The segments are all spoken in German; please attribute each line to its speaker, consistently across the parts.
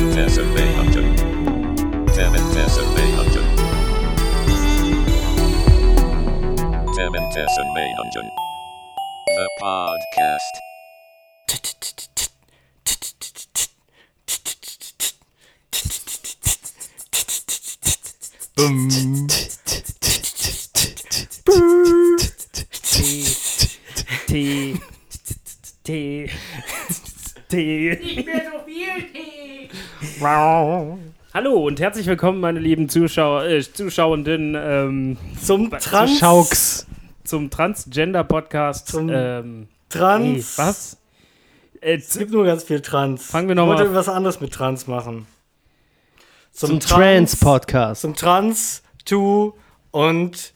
Speaker 1: Messebeate. Tablet Messebeate. Tablet Messebeate. The podcast.
Speaker 2: Tee. Tee. Tee.
Speaker 3: Nicht mehr so viel Tee.
Speaker 2: Hallo und herzlich willkommen, meine lieben Zuschauer, äh, Zuschauenden, ähm,
Speaker 4: Zum
Speaker 2: Bei-
Speaker 4: Trans.
Speaker 5: Schauks.
Speaker 2: zum Transgender-Podcast.
Speaker 4: Zum-
Speaker 2: ähm, nee,
Speaker 4: Trans.
Speaker 2: was? Äh,
Speaker 4: Es
Speaker 2: z-
Speaker 4: gibt nur ganz viel Trans.
Speaker 2: Fangen wir
Speaker 4: Ich
Speaker 2: noch
Speaker 4: wollte
Speaker 2: mal-
Speaker 4: was anderes mit Trans machen.
Speaker 5: Zum Trans-Podcast.
Speaker 4: Zum Trans, To und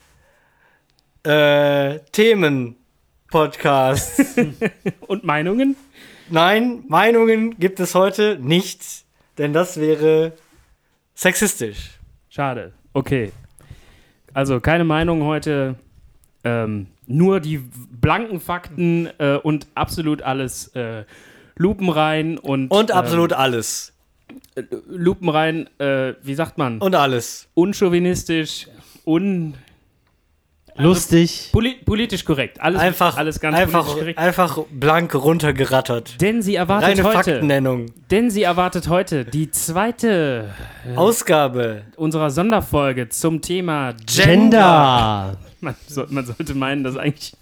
Speaker 4: äh, Themen-Podcast.
Speaker 2: und Meinungen?
Speaker 4: Nein, Meinungen gibt es heute nicht, denn das wäre sexistisch.
Speaker 2: Schade. Okay. Also keine Meinung heute. Ähm, nur die blanken Fakten äh, und absolut alles äh, lupenrein und
Speaker 4: Und absolut
Speaker 2: ähm,
Speaker 4: alles.
Speaker 2: lupenrein. Äh, wie sagt man?
Speaker 4: Und alles.
Speaker 2: Unchauvinistisch, un also
Speaker 5: Lustig.
Speaker 2: Poli politisch korrekt. Alles,
Speaker 4: Einfach,
Speaker 2: alles ganz
Speaker 4: einfach,
Speaker 2: politisch korrekt.
Speaker 4: einfach blank runtergerattert.
Speaker 2: denn sie erwartet
Speaker 4: Reine ne?
Speaker 2: heute,
Speaker 4: Faktennennung.
Speaker 2: denn sie erwartet heute die zweite
Speaker 4: Ausgabe.
Speaker 2: unserer Sonderfolge zum Thema Gen
Speaker 5: Gender.
Speaker 2: Man, soll- man sollte meinen, dass eigentlich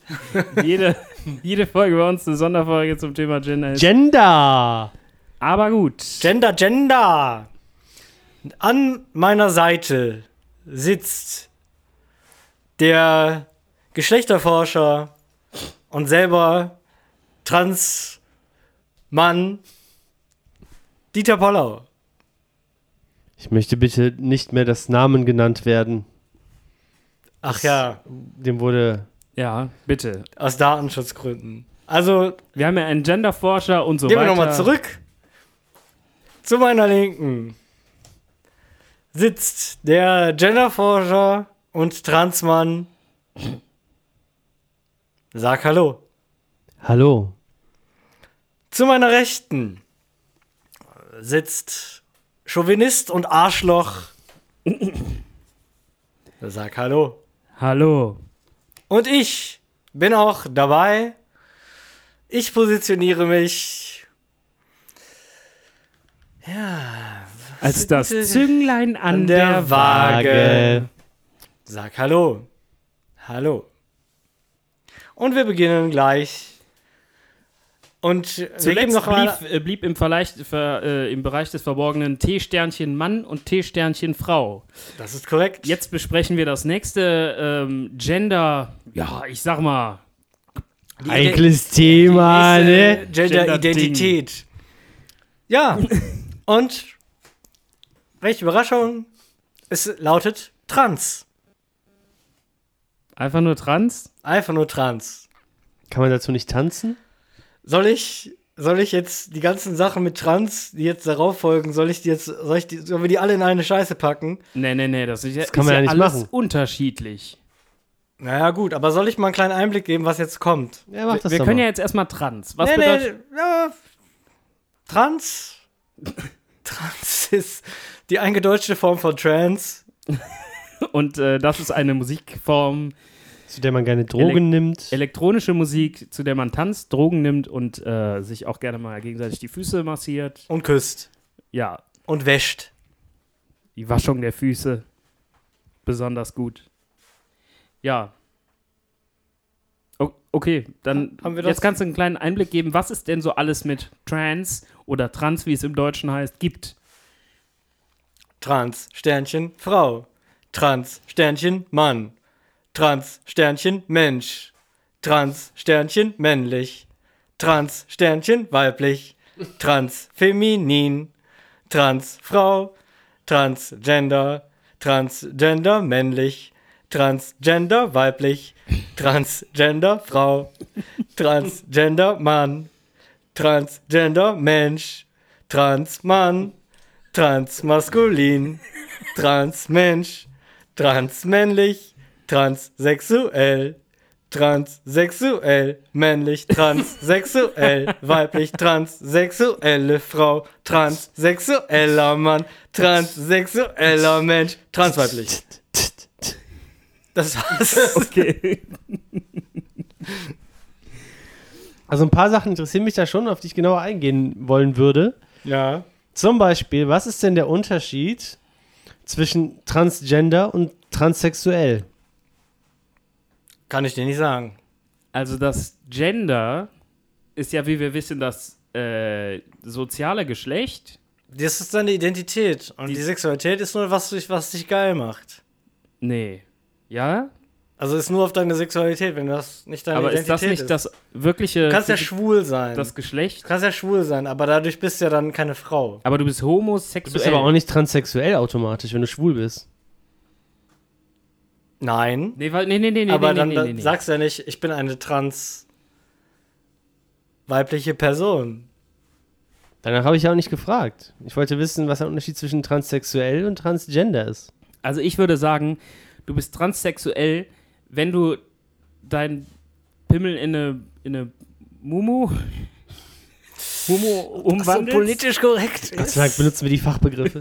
Speaker 2: jede, jede Folge bei uns eine Sonderfolge zum Thema Gender ist.
Speaker 5: Gender.
Speaker 2: Aber gut.
Speaker 4: Gender, Gender. An meiner Seite sitzt der Geschlechterforscher und selber Transmann Dieter Pollau.
Speaker 5: Ich möchte bitte nicht mehr das Namen genannt werden.
Speaker 4: Ach ja,
Speaker 5: Dem wurde.
Speaker 2: Ja, bitte.
Speaker 4: aus Datenschutzgründen. Also
Speaker 2: Wir haben ja einen Genderforscher und so
Speaker 4: gehen wir
Speaker 2: weiter.
Speaker 4: nochmal zurück. Zu meiner Linken sitzt der Genderforscher und Transmann. Sag Hallo.
Speaker 5: Hallo.
Speaker 4: Zu meiner Rechten sitzt Chauvinist und Arschloch. Sag Hallo.
Speaker 2: Hallo.
Speaker 4: Und ich bin auch dabei. Ich positioniere mich.
Speaker 2: Als das
Speaker 4: Bitte.
Speaker 2: Zünglein an,
Speaker 4: An
Speaker 2: der,
Speaker 4: der
Speaker 2: Waage.
Speaker 4: Waage. Sag Hallo. Hallo. Und wir beginnen gleich. Und wir geben
Speaker 2: Zuletzt
Speaker 4: noch mal
Speaker 2: blieb, äh, blieb im, Vergleich, ver, äh, im Bereich des Verborgenen T-Sternchen Mann und T-Sternchen Frau.
Speaker 4: Das ist korrekt.
Speaker 2: Jetzt besprechen wir das nächste ähm, Gender, ja, ich sag mal,
Speaker 5: Heikles Thema,
Speaker 4: Äh,
Speaker 5: ne?
Speaker 4: Gender-Identität. ja. Und welche Überraschung? Es lautet Trans.
Speaker 2: einfach nur trans.
Speaker 4: Einfach nur Trans.
Speaker 5: Kann man dazu nicht tanzen?
Speaker 4: Soll ich, soll ich jetzt die ganzen Sachen mit Trans, die jetzt darauf folgen, soll ich die jetzt, soll ich die, sollen wir die alle in eine Scheiße packen?
Speaker 2: Nee, nee, nee, das ist, das
Speaker 5: kann
Speaker 2: ist
Speaker 5: man
Speaker 2: ja
Speaker 5: ja nicht
Speaker 2: alles
Speaker 5: machen.
Speaker 2: unterschiedlich.
Speaker 4: Naja, gut, aber soll ich mal einen kleinen Einblick geben, was jetzt kommt?
Speaker 5: Ja, mach das
Speaker 2: wir
Speaker 5: doch
Speaker 2: können ja
Speaker 5: mal.
Speaker 2: jetzt erstmal trans. Was
Speaker 4: Nee, nee,
Speaker 2: bedeutet
Speaker 4: ja, Trans. Trans ist die eingedeutschte Form von Trans.
Speaker 2: und äh, das ist eine Musikform,
Speaker 5: Zu der man gerne Drogen nimmt.
Speaker 2: elektronische Musik, zu der man tanzt, Drogen nimmt und äh, sich auch gerne mal gegenseitig die Füße massiert.
Speaker 4: Und küsst.
Speaker 2: Ja,
Speaker 4: Und wäscht.
Speaker 2: die Waschung der Füße besonders gut. Ja. O okay, dann
Speaker 4: Haben wir das?
Speaker 2: jetzt kannst du einen kleinen Einblick geben, was es denn so alles mit Trans oder Trans, wie es im Deutschen heißt, gibt.
Speaker 4: Trans, Sternchen, Frau. Trans, Sternchen, Mann. Trans, Sternchen, Mensch. Trans, Sternchen, männlich. Trans, Sternchen, weiblich. Trans, feminin. Trans, Frau. Transgender. Transgender, männlich. Transgender, weiblich. Transgender, Frau. Transgender, Mann. Transgender, Mensch. Transmann. Transmaskulin, Transmensch, Transmännlich, Transsexuell, Transsexuell, männlich, transsexuell, weiblich, transsexuelle Frau, transsexueller Mann, transsexueller Mensch, transweiblich. Das war's.
Speaker 2: Okay.
Speaker 5: Also ein paar Sachen interessieren mich da schon, auf die ich genauer eingehen wollen würde.
Speaker 4: Ja.
Speaker 5: Zum Beispiel, was ist denn der Unterschied zwischen Transgender und transsexuell?
Speaker 4: Kann ich dir nicht sagen.
Speaker 2: Also das Gender ist ja, wie wir wissen, das äh, soziale Geschlecht.
Speaker 4: Das ist deine Identität. Und die,
Speaker 2: Die-
Speaker 4: Sexualität ist nur, was dich, was dich geil macht.
Speaker 2: Nee. Ja?
Speaker 4: Also ist nur auf deine Sexualität, wenn das nicht deine
Speaker 2: Aber ist
Speaker 4: Identität
Speaker 2: das nicht das wirkliche
Speaker 4: Du kannst ja
Speaker 2: physik-
Speaker 4: schwul sein.
Speaker 2: das
Speaker 4: du
Speaker 2: Geschlecht?
Speaker 4: kannst ja schwul sein, aber dadurch bist du ja dann keine Frau.
Speaker 2: Aber du bist homosexuell.
Speaker 5: Du bist aber auch nicht transsexuell automatisch, wenn du schwul bist.
Speaker 4: Nein.
Speaker 2: Nee, weil- nee, nee, nee, nee,
Speaker 4: aber
Speaker 2: nee,
Speaker 4: dann
Speaker 2: nee,
Speaker 4: da-
Speaker 2: nee, nee.
Speaker 4: sagst du ja nicht, ich bin eine trans weibliche Person.
Speaker 5: Danach habe ich ja auch nicht gefragt. Ich wollte wissen, was der Unterschied zwischen transsexuell und transgender ist.
Speaker 2: Also ich würde sagen, du bist transsexuell, wenn du dein Pimmel in eine, in eine Mumu Mumu umwandelst,
Speaker 4: korrekt
Speaker 5: Gott sei Dank benutzen wir die Fachbegriffe.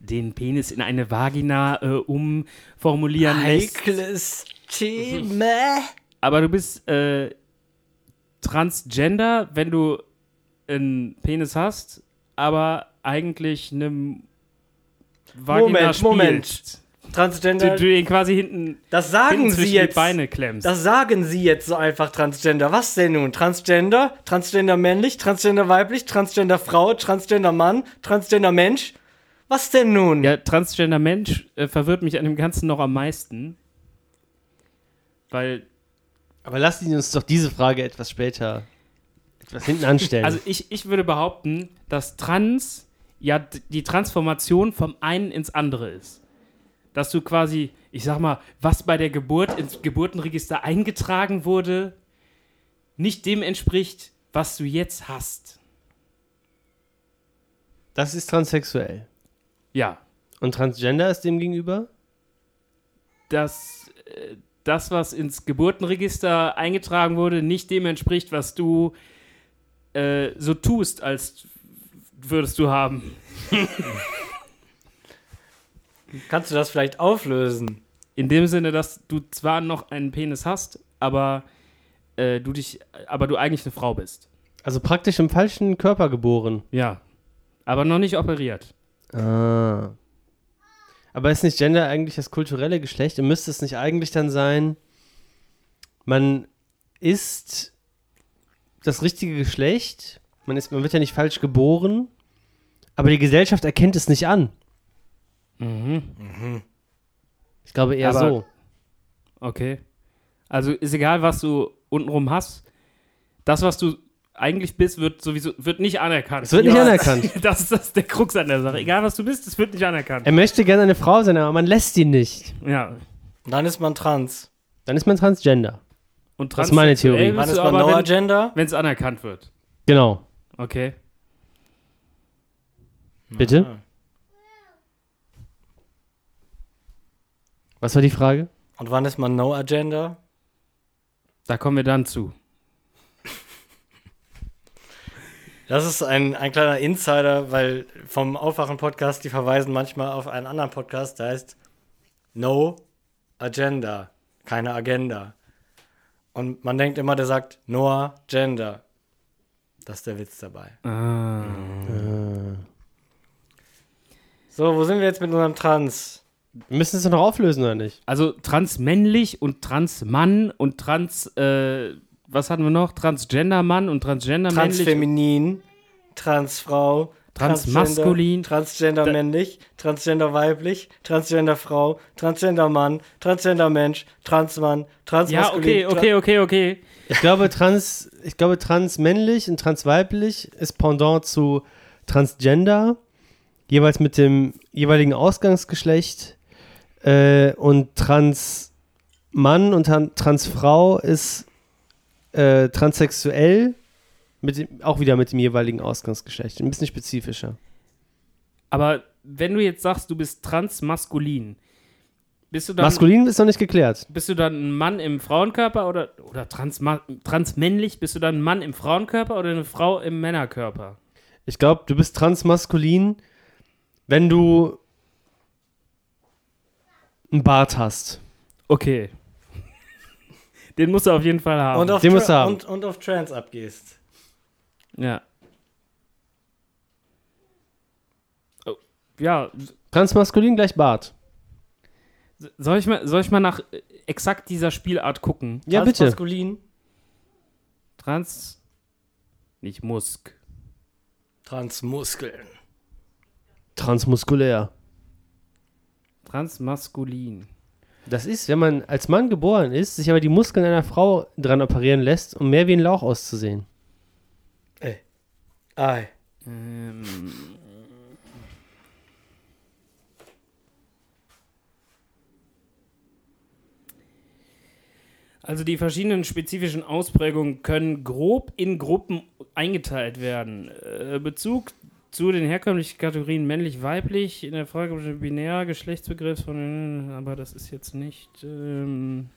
Speaker 2: den Penis in eine Vagina äh, umformulieren lässt.
Speaker 4: Heikles Thema.
Speaker 2: Aber du bist äh, transgender, wenn du einen Penis hast, aber eigentlich einem Vagina
Speaker 4: Moment,
Speaker 2: spielst.
Speaker 4: Moment.
Speaker 2: Du,
Speaker 4: Transgender.
Speaker 2: du ihn quasi hinten,
Speaker 4: Das sagen
Speaker 2: hinten zwischen
Speaker 4: sie
Speaker 2: die
Speaker 4: jetzt.
Speaker 2: Beine klemmst.
Speaker 4: Das sagen sie jetzt so einfach Transgender. Was denn nun? Transgender, Transgender männlich, Transgender weiblich, Transgender Frau, Transgender Mann, Transgender Mensch. Was denn nun?
Speaker 2: Ja, transgender Mensch äh, verwirrt mich an dem Ganzen noch am meisten. Weil,
Speaker 5: Aber lassen Sie uns doch diese Frage etwas später etwas hinten anstellen.
Speaker 2: also ich, ich würde behaupten, dass trans ja d- die Transformation vom einen ins andere ist. Dass du quasi, ich sag mal, was bei der Geburt ins Geburtenregister eingetragen wurde, nicht dem entspricht, was du jetzt hast.
Speaker 5: das ist transsexuell.
Speaker 2: Ja,
Speaker 5: Und transgender ist dem gegenüber?
Speaker 2: dass äh, das, was ins Geburtenregister eingetragen wurde, nicht dem entspricht, was du äh, so tust, als würdest du haben.
Speaker 4: Kannst du das vielleicht auflösen?
Speaker 2: In dem Sinne, dass du zwar noch einen Penis hast, aber äh, du dich, aber du eigentlich eine Frau bist.
Speaker 5: Also praktisch im falschen Körper geboren.
Speaker 2: Ja. Aber noch nicht operiert.
Speaker 5: Ah. Aber ist nicht Gender eigentlich das kulturelle Geschlecht? Und müsste es nicht eigentlich dann sein, man ist das richtige Geschlecht, man, ist, man wird ja nicht falsch geboren, aber die Gesellschaft erkennt es nicht an. Ich glaube eher
Speaker 2: Aber-
Speaker 5: so.
Speaker 2: Okay. Also ist egal, was du untenrum hast. Das, was du eigentlich bist, wird sowieso wird nicht anerkannt.
Speaker 5: Es wird nicht
Speaker 4: Ja.
Speaker 5: anerkannt. Äh,
Speaker 2: das ist das ist der Krux an der Sache. Egal, was du bist, es wird nicht anerkannt.
Speaker 5: Er möchte gerne eine Frau sein, aber man lässt ihn nicht.
Speaker 2: Ja.
Speaker 4: Dann ist man trans.
Speaker 5: Dann ist man transgender.
Speaker 2: Und
Speaker 5: Das ist meine
Speaker 2: transsexuell
Speaker 4: Dann
Speaker 5: Theorie.
Speaker 2: Bist
Speaker 4: ist
Speaker 2: du
Speaker 4: man
Speaker 2: aber,
Speaker 4: Noah
Speaker 2: wenn
Speaker 4: Gender.
Speaker 2: es anerkannt wird.
Speaker 5: Genau.
Speaker 2: Okay.
Speaker 5: Bitte? Was war die Frage?
Speaker 4: Und wann ist man No Agenda?
Speaker 2: Da kommen wir dann zu.
Speaker 4: Das ist ein, ein kleiner Insider, weil vom Aufwachen-Podcast, die verweisen manchmal auf einen anderen Podcast, der heißt No Agenda, keine Agenda. Und man denkt immer, der sagt No Agenda. Das ist der Witz dabei. So, wo sind wir jetzt mit unserem Trans?
Speaker 5: Wir müssen es doch noch auflösen, oder nicht?
Speaker 2: Also transmännlich und transmann und trans äh, was hatten wir noch? Transgendermann und transgendermännlich.
Speaker 4: Transfeminin, Transfrau,
Speaker 2: Transmaskulin.
Speaker 4: Transgender männlich, Transgender weiblich, Transgender Frau, Transgender Mann, Transgender Mensch, Transmann,
Speaker 2: Ja, okay,
Speaker 4: Transmaskulin.
Speaker 2: okay, okay, okay.
Speaker 5: Ich glaube, trans, ich glaube, transmännlich und transweiblich ist Pendant zu Transgender, jeweils mit dem jeweiligen Ausgangsgeschlecht. Äh, und Transmann und Tran- Transfrau ist äh, transsexuell, mit dem, auch wieder mit dem jeweiligen Ausgangsgeschlecht. Ein bisschen spezifischer.
Speaker 2: Aber wenn du jetzt sagst, du bist transmaskulin, Bist du dann,
Speaker 5: Maskulin ist noch nicht geklärt.
Speaker 2: bist du dann ein Mann im Frauenkörper oder, oder transma- transmännlich? Bist du dann ein Mann im Frauenkörper oder eine Frau im Männerkörper?
Speaker 5: Ich glaube, du bist transmaskulin, wenn du einen Bart hast.
Speaker 2: Okay. Den musst du auf jeden Fall haben.
Speaker 4: Und auf,
Speaker 5: Den musst du
Speaker 4: Tra-
Speaker 5: haben.
Speaker 4: und, und auf Trans abgehst.
Speaker 2: ja. Oh, ja,
Speaker 5: Transmaskulin gleich Bart.
Speaker 2: soll ich mal, soll ich mal nach äh, exakt dieser Spielart gucken?
Speaker 5: Ja,
Speaker 4: Als
Speaker 5: bitte.
Speaker 4: Maskulin,
Speaker 2: Trans. Nicht Musk.
Speaker 4: Transmuskeln.
Speaker 5: Transmuskulär.
Speaker 2: Transmaskulin.
Speaker 5: Das ist, wenn man als Mann geboren ist, sich aber die Muskeln einer Frau dran operieren lässt, um mehr wie ein Lauch auszusehen.
Speaker 4: Ei.
Speaker 2: Ähm, also die verschiedenen spezifischen Ausprägungen können grob in Gruppen eingeteilt werden. Äh, Bezug zu den herkömmlichen Kategorien männlich-weiblich in der Frage des binär Geschlechtsbegriffs von aber das ist jetzt nicht ähm,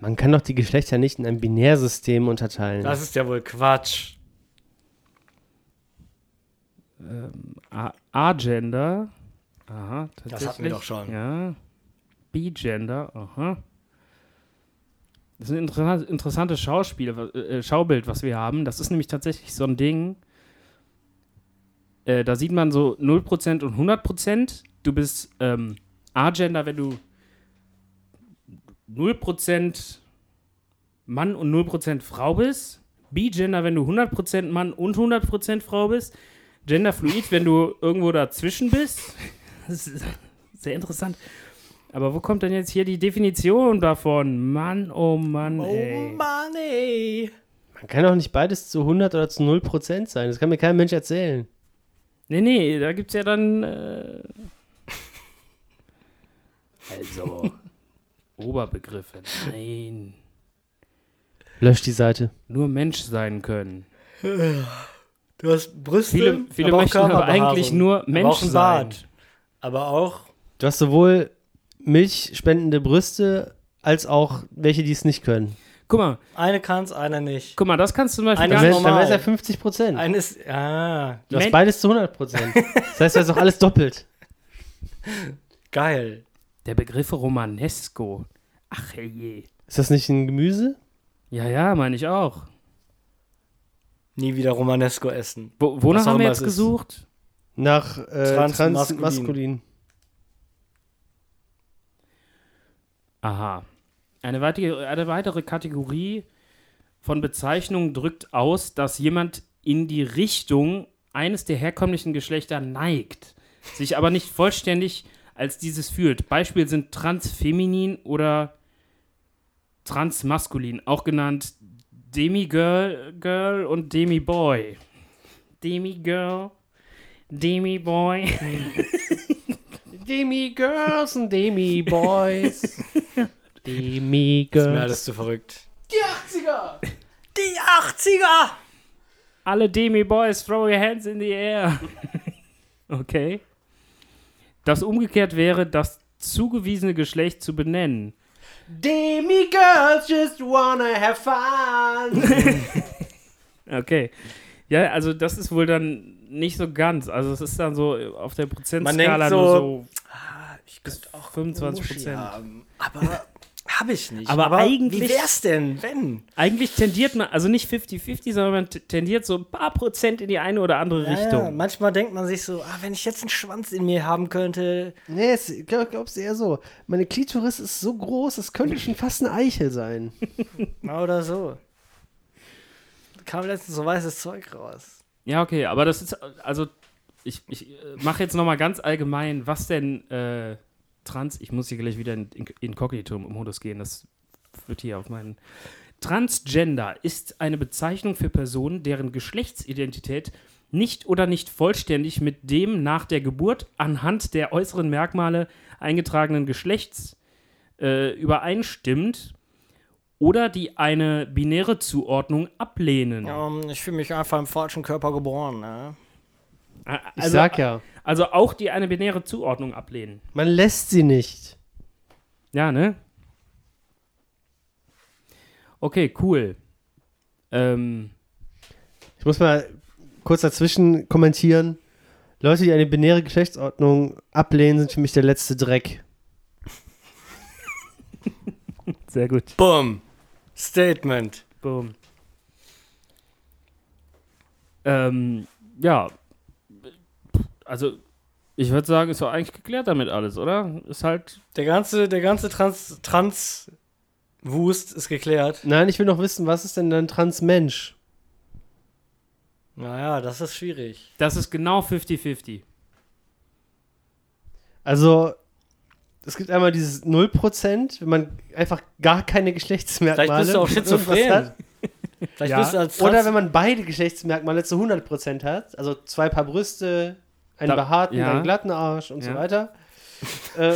Speaker 5: Man kann doch die Geschlechter nicht in ein Binärsystem unterteilen.
Speaker 4: Das ist ja wohl Quatsch.
Speaker 2: A- A-Gender. Aha, tatsächlich.
Speaker 4: Das hatten wir doch schon.
Speaker 2: Ja. B-Gender, aha. Das ist ein interessa- interessantes Schauspiel, wa- äh, Schaubild, was wir haben. Das ist nämlich tatsächlich so ein Ding. Äh, da sieht man so 0% und 100%. Du bist ähm, A-Gender, wenn du 0% Mann und 0% Frau bist. B-Gender, wenn du 100% Mann und 100% Frau bist. Genderfluid, wenn du irgendwo dazwischen bist. Das ist sehr interessant. Aber wo kommt denn jetzt hier die Definition davon? Mann, oh Mann, ey.
Speaker 4: Mann, ey.
Speaker 5: Man kann doch nicht beides zu 100 oder zu 0% sein. Das kann mir kein Mensch erzählen.
Speaker 2: Nee, nee, da gibt's ja dann. Äh also. Oberbegriffe. Nein.
Speaker 5: Lösch die Seite.
Speaker 2: Nur Mensch sein können.
Speaker 4: Du hast Brüste,
Speaker 2: Viele, viele
Speaker 4: aber auch
Speaker 2: möchten aber eigentlich
Speaker 4: Körperbehaarung,
Speaker 2: nur Mensch
Speaker 4: aber auch ein
Speaker 2: sein.
Speaker 4: Bart, aber auch
Speaker 5: Du hast sowohl milchspendende Brüste als auch welche, die es nicht können.
Speaker 2: Guck mal,
Speaker 4: eine kann's, eine nicht.
Speaker 2: guck mal, das kannst du zum Beispiel
Speaker 4: Eine
Speaker 5: Dann
Speaker 2: gar
Speaker 4: Mensch-
Speaker 2: nicht.
Speaker 5: wär's- dann
Speaker 4: normal.
Speaker 5: wäre es ja 50 Prozent.
Speaker 4: Eine ist ah,
Speaker 5: Du hast
Speaker 2: Men-
Speaker 5: beides zu 100 Prozent. Das heißt, du hast auch alles doppelt.
Speaker 4: geil.
Speaker 2: Der Begriff Romanesco. Ach je.
Speaker 5: Ist das nicht ein Gemüse?
Speaker 2: Ja, ja, meine ich auch.
Speaker 4: Nie wieder Romanesco essen.
Speaker 2: Wo, wonach
Speaker 4: Was auch
Speaker 2: haben wir
Speaker 4: immer
Speaker 2: jetzt
Speaker 4: es ist.
Speaker 2: gesucht?
Speaker 5: Nach äh,
Speaker 4: Transmaskulin.
Speaker 5: transmaskulin.
Speaker 2: Aha. Eine weitere, eine weitere Kategorie von Bezeichnungen drückt aus, dass jemand in die Richtung eines der herkömmlichen Geschlechter neigt, sich aber nicht vollständig als dieses fühlt. Beispiel sind transfeminin oder transmaskulin, auch genannt Demigirl Girl und Demiboy. Demigirl, Demiboy.
Speaker 5: Demi Girls und Demi Boys. Demi
Speaker 4: Ist mir
Speaker 5: Girls.
Speaker 4: alles zu verrückt.
Speaker 2: Alle Demi Boys, throw your hands in the air. okay. Das umgekehrt wäre, das zugewiesene Geschlecht zu benennen.
Speaker 5: Demi Girls just wanna have fun.
Speaker 2: Okay. Ja, also das ist wohl dann nicht so ganz. Also es ist dann so auf der Prozentskala
Speaker 4: Man denkt so, ah,
Speaker 2: nur so
Speaker 4: Ich könnte auch
Speaker 2: 25 Prozent.
Speaker 4: haben, aber habe ich nicht.
Speaker 2: Aber
Speaker 4: wie
Speaker 2: eigentlich-
Speaker 4: wär's denn, wenn?
Speaker 2: Eigentlich tendiert man, also nicht 50-50, sondern man t- tendiert so ein paar Prozent in die eine oder andere
Speaker 4: Ja,
Speaker 2: Richtung.
Speaker 4: manchmal denkt man sich so, ah, wenn ich jetzt einen Schwanz in mir haben könnte.
Speaker 5: nee, es- ich glaub, glaub's eher so. Meine Klitoris ist so groß, es könnte schon fast eine Eichel sein.
Speaker 4: Oder so. Kam letztens so weißes Zeug raus.
Speaker 2: Ja, okay, aber das ist, also ich, ich mache jetzt nochmal ganz allgemein, was denn äh, Trans, ich muss hier gleich wieder in in- Inkognito-Modus gehen, das wird hier auf meinen. Transgender ist eine Bezeichnung für Personen, deren Geschlechtsidentität nicht oder nicht vollständig mit dem nach der Geburt anhand der äußeren Merkmale eingetragenen Geschlechts äh, übereinstimmt oder die eine binäre Zuordnung ablehnen.
Speaker 4: Ähm, ich fühle mich einfach im falschen Körper geboren. Ne?
Speaker 2: A- Äh,
Speaker 5: ich sag ja,
Speaker 2: Also auch die eine binäre Zuordnung ablehnen.
Speaker 5: man lässt sie nicht.
Speaker 2: Ja, ne? Okay, cool. Ähm,
Speaker 5: Ich muss mal kurz dazwischen kommentieren. Leute, die eine binäre Geschlechtsordnung ablehnen, sind für mich der letzte Dreck.
Speaker 2: sehr gut.
Speaker 4: Boom. Statement.
Speaker 2: Boom. Ähm, ja. Also, ich würde sagen, ist doch eigentlich geklärt damit alles, oder? Ist halt.
Speaker 4: Der ganze, der ganze Trans, Trans-Wust ist geklärt.
Speaker 5: Nein, ich will noch wissen, was ist denn dann Transmensch?
Speaker 4: Naja, das ist schwierig.
Speaker 2: Das ist genau 50-50.
Speaker 5: Also, es gibt einmal dieses 0%, wenn man einfach gar keine Geschlechtsmerkmale
Speaker 4: Vielleicht bist du auch
Speaker 5: oder
Speaker 4: schizophren.
Speaker 5: was hat.
Speaker 4: Vielleicht
Speaker 2: Ja.
Speaker 4: bist du als
Speaker 5: Oder wenn man beide Geschlechtsmerkmale zu 100% hat, also zwei Paar Brüste, einen
Speaker 2: Da-
Speaker 5: behaarten,
Speaker 2: ja.
Speaker 5: einen glatten Arsch und so
Speaker 2: Ja.
Speaker 5: weiter. äh,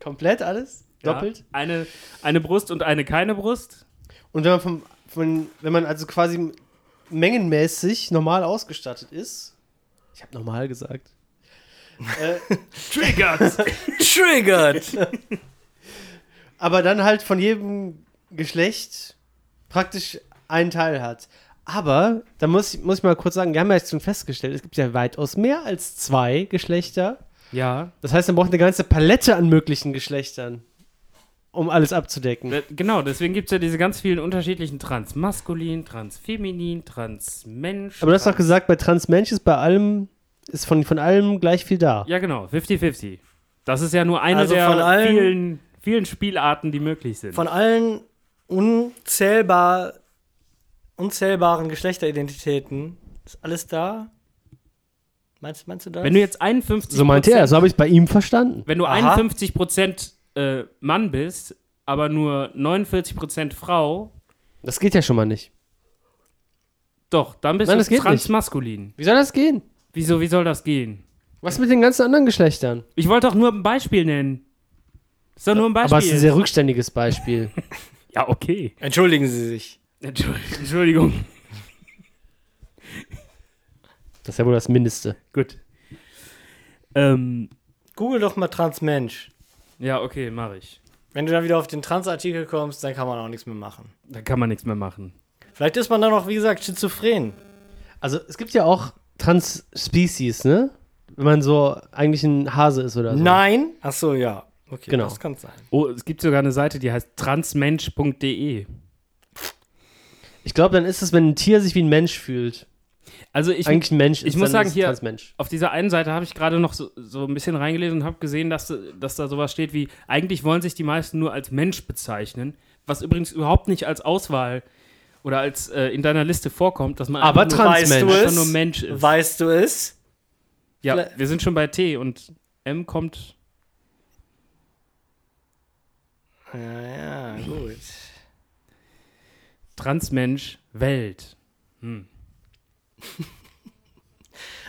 Speaker 5: komplett alles, doppelt.
Speaker 2: Ja, eine, eine Brust und eine keine Brust.
Speaker 5: Und wenn man, vom, von, wenn man also quasi mengenmäßig normal ausgestattet ist, ich habe normal gesagt, äh,
Speaker 2: Triggers!
Speaker 4: Triggered.
Speaker 5: aber dann halt von jedem Geschlecht praktisch einen Teil hat. Aber, da muss ich, muss ich mal kurz sagen, wir haben ja jetzt schon festgestellt, es gibt ja weitaus mehr als zwei Geschlechter.
Speaker 2: ja.
Speaker 5: Das heißt, man braucht eine ganze Palette an möglichen Geschlechtern, um alles abzudecken.
Speaker 2: Da- Genau, deswegen gibt es ja diese ganz vielen unterschiedlichen Transmaskulin, Transfeminin, Transmensch.
Speaker 5: Aber du hast doch gesagt, bei Transmensch ist bei allem, ist von, von allem gleich viel da.
Speaker 2: Ja, genau, 50-50. Das ist ja nur eine
Speaker 4: Also
Speaker 2: der
Speaker 4: von allen-
Speaker 2: vielen, vielen Spielarten, die möglich sind.
Speaker 4: Von allen unzählbar, unzählbaren Geschlechteridentitäten ist alles da. Meinst, meinst du das?
Speaker 2: Wenn du jetzt 51
Speaker 5: So meinte er, also- so habe ich es bei ihm verstanden.
Speaker 2: wenn du
Speaker 4: Aha.
Speaker 2: 51 Prozent äh, Mann bist, aber nur 49 Prozent Frau,
Speaker 5: Das geht ja schon mal nicht.
Speaker 2: doch, dann bist
Speaker 5: Nein, das
Speaker 2: du
Speaker 5: geht
Speaker 2: transmaskulin.
Speaker 5: Wie soll das gehen?
Speaker 2: Wieso, wie soll das gehen?
Speaker 5: Was mit den ganzen anderen Geschlechtern?
Speaker 2: Ich wollte doch nur ein Beispiel nennen. Ist doch nur ein Beispiel.
Speaker 5: Aber es ist ein sehr rückständiges Beispiel.
Speaker 2: ja, okay.
Speaker 4: Entschuldigen Sie sich.
Speaker 2: Entschuldigung. Entschuldigung.
Speaker 5: Das ist ja wohl das Mindeste.
Speaker 2: Gut. Ähm,
Speaker 4: Google doch mal Transmensch.
Speaker 2: ja, okay, mache ich.
Speaker 4: Wenn du dann wieder auf den Trans-Artikel kommst, dann kann man auch nichts mehr machen.
Speaker 2: Da kann man nichts mehr machen.
Speaker 4: Vielleicht ist man dann auch, wie gesagt, schizophren.
Speaker 5: Also es gibt ja auch Trans-Species, ne? Wenn man so eigentlich ein Hase ist oder so.
Speaker 4: Nein? Ach so, ja. Okay,
Speaker 5: Also- Genau.
Speaker 4: das kann sein.
Speaker 2: Oh, es gibt sogar eine Seite, die heißt transmensch.de.
Speaker 5: Ich glaube, dann ist es, wenn ein Tier sich wie ein Mensch fühlt.
Speaker 2: Also ich,
Speaker 5: eigentlich ein Mensch ist,
Speaker 2: ich muss
Speaker 5: dann
Speaker 2: sagen,
Speaker 5: ist
Speaker 2: hier-
Speaker 5: Transmensch.
Speaker 2: auf dieser einen Seite habe ich gerade noch so, so ein bisschen reingelesen und habe gesehen, dass, dass da sowas steht wie, eigentlich wollen sich die meisten nur als Mensch bezeichnen, was übrigens überhaupt nicht als Auswahl oder als äh, in deiner Liste vorkommt, dass man
Speaker 5: Aber
Speaker 2: einfach nur,
Speaker 5: Transmensch.
Speaker 4: Weißt du
Speaker 2: einfach
Speaker 4: es?
Speaker 2: nur Mensch ist.
Speaker 4: Weißt du es?
Speaker 2: Ja,
Speaker 4: Vielleicht-
Speaker 2: wir sind schon bei T und M kommt.
Speaker 4: Ja, ja, Ah, gut.
Speaker 2: Transmensch, Welt.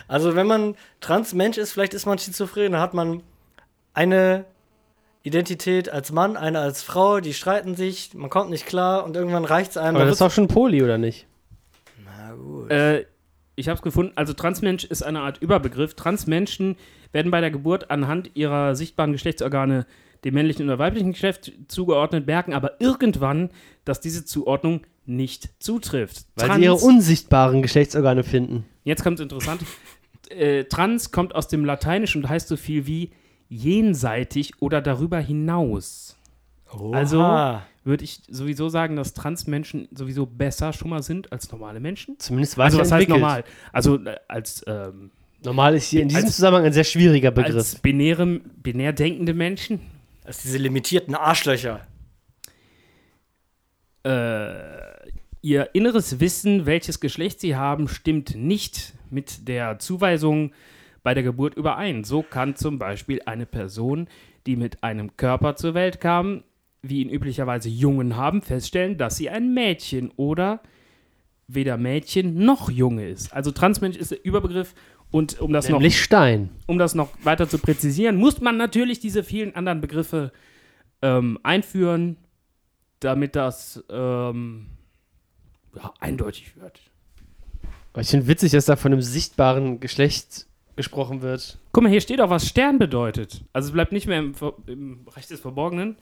Speaker 4: Also, wenn man Transmensch ist, vielleicht ist man schizophren. Da hat man eine Identität als Mann, eine als Frau, die streiten sich, man kommt nicht klar und irgendwann reicht es einem.
Speaker 5: Aber
Speaker 4: dann
Speaker 5: das ist
Speaker 4: wird's-
Speaker 5: auch schon Poli, oder nicht?
Speaker 4: Na gut.
Speaker 2: Äh, ich habe es gefunden. Also Transmensch ist eine Art Überbegriff. Transmenschen werden bei der Geburt anhand ihrer sichtbaren Geschlechtsorgane dem männlichen oder weiblichen Geschlecht zugeordnet, merken aber irgendwann, dass diese Zuordnung nicht zutrifft.
Speaker 5: Weil sie ihre unsichtbaren Geschlechtsorgane finden.
Speaker 2: Jetzt kommt interessant. äh, trans kommt aus dem Lateinischen und heißt so viel wie jenseitig oder darüber hinaus. also-
Speaker 4: Oha.
Speaker 2: Würde ich sowieso sagen, dass Transmenschen sowieso besser schon mal sind als normale Menschen.
Speaker 5: Zumindest
Speaker 2: Also was heißt
Speaker 5: weiterentwickelt.
Speaker 2: normal? Also äh, als ähm,
Speaker 5: Normal ist hier in diesem
Speaker 2: Als-
Speaker 5: Zusammenhang ein sehr schwieriger Begriff.
Speaker 2: Als binäre, binär denkende Menschen?
Speaker 4: Das sind diese limitierten Arschlöcher.
Speaker 2: Ihr inneres Wissen, welches Geschlecht sie haben, stimmt nicht mit der Zuweisung bei der Geburt überein. So kann zum Beispiel eine Person, die mit einem Körper zur Welt kam, wie ihn üblicherweise Jungen haben, feststellen, dass sie ein Mädchen oder weder Mädchen noch Junge ist. Also Transmensch ist der Überbegriff. Und um das noch
Speaker 5: Nämlich Stein.
Speaker 2: um das noch weiter zu präzisieren, muss man natürlich diese vielen anderen Begriffe ähm, einführen, damit das ähm, ja, eindeutig wird.
Speaker 5: Aber ich finde witzig, dass da von einem sichtbaren Geschlecht gesprochen wird.
Speaker 2: Guck mal, hier steht auch, was Stern bedeutet. Also es bleibt nicht mehr im, Ver- im Recht des Verborgenen.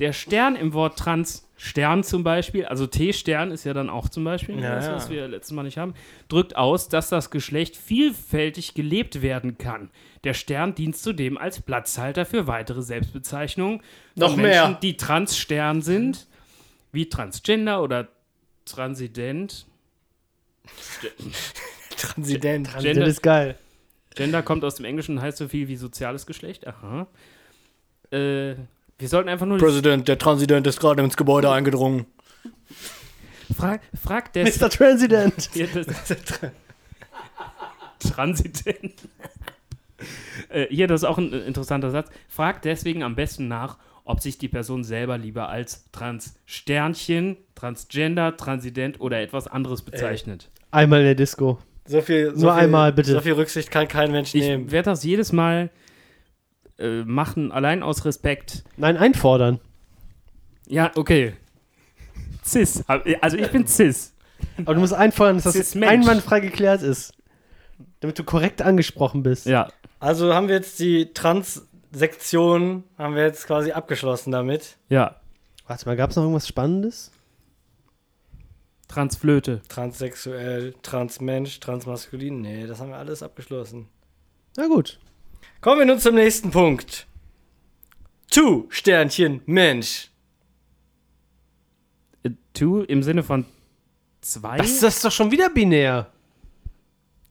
Speaker 2: Der Stern im Wort trans, Stern zum Beispiel, also T-Stern ist ja dann auch zum Beispiel
Speaker 4: Ja,
Speaker 2: das,
Speaker 4: ja.
Speaker 2: was wir letztes Mal nicht haben, drückt aus, dass das Geschlecht vielfältig gelebt werden kann. Der Stern dient zudem als Platzhalter für weitere Selbstbezeichnungen. von
Speaker 4: Noch mehr.
Speaker 2: Menschen, die Trans-Stern sind, wie Transgender oder Transident.
Speaker 4: Transident.
Speaker 2: Gender-
Speaker 5: das ist geil.
Speaker 2: Gender kommt aus dem Englischen und heißt so viel wie soziales Geschlecht. Aha. Äh, wir sollten einfach nur.
Speaker 4: Präsident, der Transident ist gerade ins Gebäude eingedrungen.
Speaker 2: Frag, frag der.
Speaker 5: Mr. Transident.
Speaker 2: Ja, das- Transitent. Äh, Hier, das ist auch ein äh, interessanter Satz. Frag deswegen am besten nach, ob sich die Person selber lieber als Trans-Sternchen, Transgender, Transident oder etwas anderes bezeichnet.
Speaker 5: Einmal in der Disco.
Speaker 4: So viel, so
Speaker 5: Nur
Speaker 4: viel,
Speaker 5: einmal, bitte.
Speaker 4: So viel Rücksicht kann kein Mensch
Speaker 2: ich
Speaker 4: nehmen.
Speaker 2: werde das jedes Mal äh, machen, allein aus Respekt.
Speaker 5: Nein, einfordern.
Speaker 2: Ja, okay. Cis. Hab- Also ich bin cis.
Speaker 5: Aber du musst einfordern, dass das
Speaker 2: Cis Mensch.
Speaker 5: einwandfrei geklärt ist. Damit du korrekt angesprochen bist.
Speaker 2: Ja.
Speaker 4: Also haben wir jetzt die Trans-Sektion, haben wir jetzt quasi abgeschlossen damit.
Speaker 2: Ja.
Speaker 5: Warte mal, gab es noch irgendwas Spannendes?
Speaker 2: Transflöte.
Speaker 4: Transsexuell, Transmensch, Transmaskulin. Nee, das haben wir alles abgeschlossen.
Speaker 5: Na gut.
Speaker 4: Kommen wir nun zum nächsten Punkt. Tu, Sternchen, Mensch.
Speaker 2: Äh, Two im Sinne von zwei.
Speaker 5: Das, das ist doch schon wieder binär.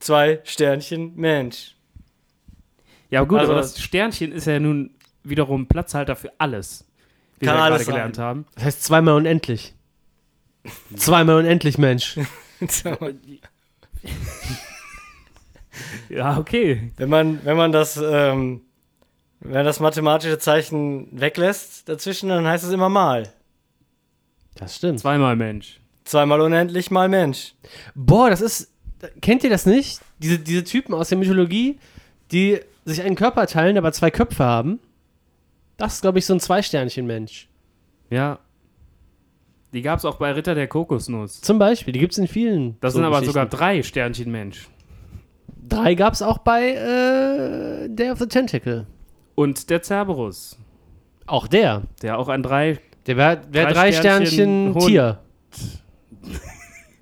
Speaker 4: Zwei Sternchen, Mensch.
Speaker 2: Ja, gut,
Speaker 4: Also-
Speaker 2: aber das Sternchen ist ja nun wiederum Platzhalter für alles. Wie
Speaker 4: Kann
Speaker 2: wir ja
Speaker 4: alles
Speaker 2: gerade gelernt
Speaker 4: sein.
Speaker 2: haben.
Speaker 5: Das heißt zweimal unendlich. Zweimal unendlich, Mensch.
Speaker 2: Ja, okay.
Speaker 4: Wenn man, wenn man das, ähm, wenn man das mathematische Zeichen weglässt dazwischen, dann heißt es immer mal.
Speaker 5: Das stimmt.
Speaker 2: Zweimal Mensch.
Speaker 4: Zweimal unendlich mal Mensch.
Speaker 5: Boah, das ist. Kennt ihr das nicht? Diese, diese Typen aus der Mythologie, die sich einen Körper teilen, aber zwei Köpfe haben. Das ist, glaube ich, so ein Zwei-Sternchen-Mensch.
Speaker 2: Ja. Die gab es auch bei Ritter der Kokosnuss.
Speaker 5: Zum Beispiel, die gibt es in vielen.
Speaker 2: Das
Speaker 5: so
Speaker 2: sind aber
Speaker 5: Geschichten.
Speaker 2: sogar drei Sternchen Mensch.
Speaker 5: Drei gab es auch bei äh, Day of the Tentacle.
Speaker 2: Und der Cerberus,
Speaker 5: Auch der.
Speaker 2: der auch ein drei.
Speaker 5: Der wäre wär
Speaker 2: Drei
Speaker 5: drei Sternchen,
Speaker 2: Sternchen Hund.
Speaker 5: Tier.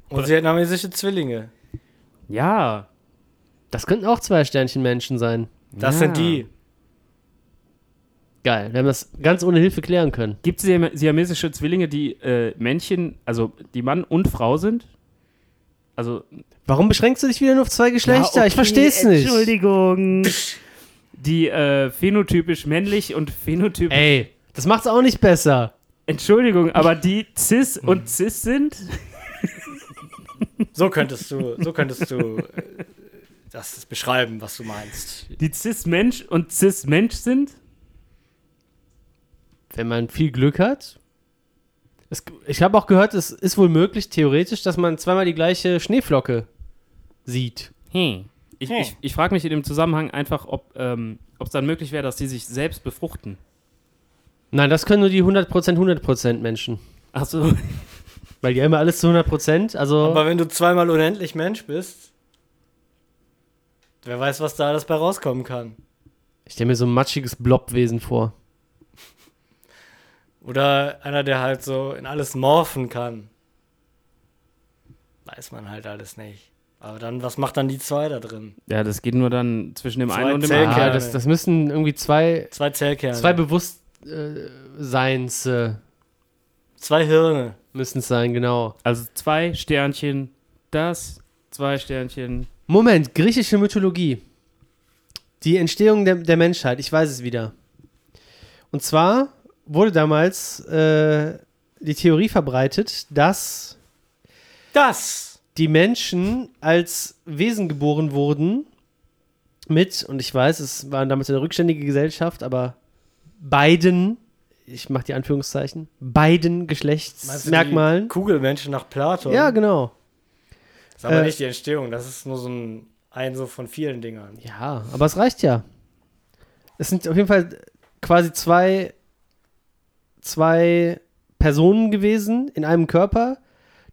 Speaker 4: Und vietnamesische Zwillinge.
Speaker 2: Ja.
Speaker 5: Das könnten auch zwei Sternchen-Menschen sein.
Speaker 4: Das
Speaker 2: Ja.
Speaker 4: sind die.
Speaker 5: Geil, wir haben das ganz ohne Hilfe klären können.
Speaker 2: Gibt es siam- siamesische Zwillinge, die äh, Männchen, also die Mann und Frau sind? Also
Speaker 5: Warum beschränkst du dich wieder nur auf zwei Geschlechter?
Speaker 2: Ja, okay,
Speaker 5: ich verstehe es nicht.
Speaker 2: Entschuldigung. Die äh, phänotypisch männlich und phänotypisch.
Speaker 5: Ey, das macht's auch nicht besser.
Speaker 2: Entschuldigung, aber die cis und cis sind?
Speaker 4: So könntest du, so könntest du äh, das beschreiben, was du meinst.
Speaker 2: Die cis Mensch und cis Mensch sind?
Speaker 5: wenn man viel Glück hat. Es, ich habe auch gehört, es ist wohl möglich, theoretisch, dass man zweimal die gleiche Schneeflocke sieht.
Speaker 2: Hm. Ich,
Speaker 4: Hm.
Speaker 2: ich, ich frage mich in dem Zusammenhang einfach, ob ähm, es dann möglich wäre, dass die sich selbst befruchten.
Speaker 5: Nein, das können nur die 100%, 100% Menschen.
Speaker 2: Achso,
Speaker 5: Weil die haben immer alles zu 100%, also
Speaker 4: Aber wenn du zweimal unendlich Mensch bist, wer weiß, was da alles bei rauskommen kann.
Speaker 5: ich stelle mir so ein matschiges Blobwesen vor.
Speaker 4: Oder einer, der halt so in alles morphen kann. Weiß man halt alles nicht. Aber dann, was macht dann die zwei da drin?
Speaker 2: ja, das geht nur dann zwischen dem
Speaker 4: Zwei
Speaker 2: einen und dem
Speaker 4: Zellen-
Speaker 2: anderen.
Speaker 5: Ah,
Speaker 4: Zellkerne.
Speaker 5: das, das müssen irgendwie zwei,
Speaker 4: Zwei Zellkerne.
Speaker 5: zwei Bewusstseins äh,
Speaker 4: zwei Hirne.
Speaker 5: müssen es sein, genau.
Speaker 2: Also zwei Sternchen, das, zwei Sternchen.
Speaker 5: Moment, griechische Mythologie. Die Entstehung der, der Menschheit, ich weiß es wieder. Und zwar wurde damals äh, die Theorie verbreitet, dass
Speaker 4: Das!
Speaker 5: die Menschen als Wesen geboren wurden mit, und ich weiß, es war damals eine rückständige Gesellschaft, aber beiden, ich mache die Anführungszeichen, beiden
Speaker 4: Meinst du die
Speaker 5: Geschlechtsmerkmalen.
Speaker 4: Kugelmenschen nach Platon.
Speaker 5: Ja, genau.
Speaker 4: Das ist aber
Speaker 5: äh,
Speaker 4: nicht die Entstehung, das ist nur so ein, ein so von vielen Dingern.
Speaker 5: Ja, aber es reicht ja. Es sind auf jeden Fall quasi zwei, zwei Personen gewesen in einem Körper,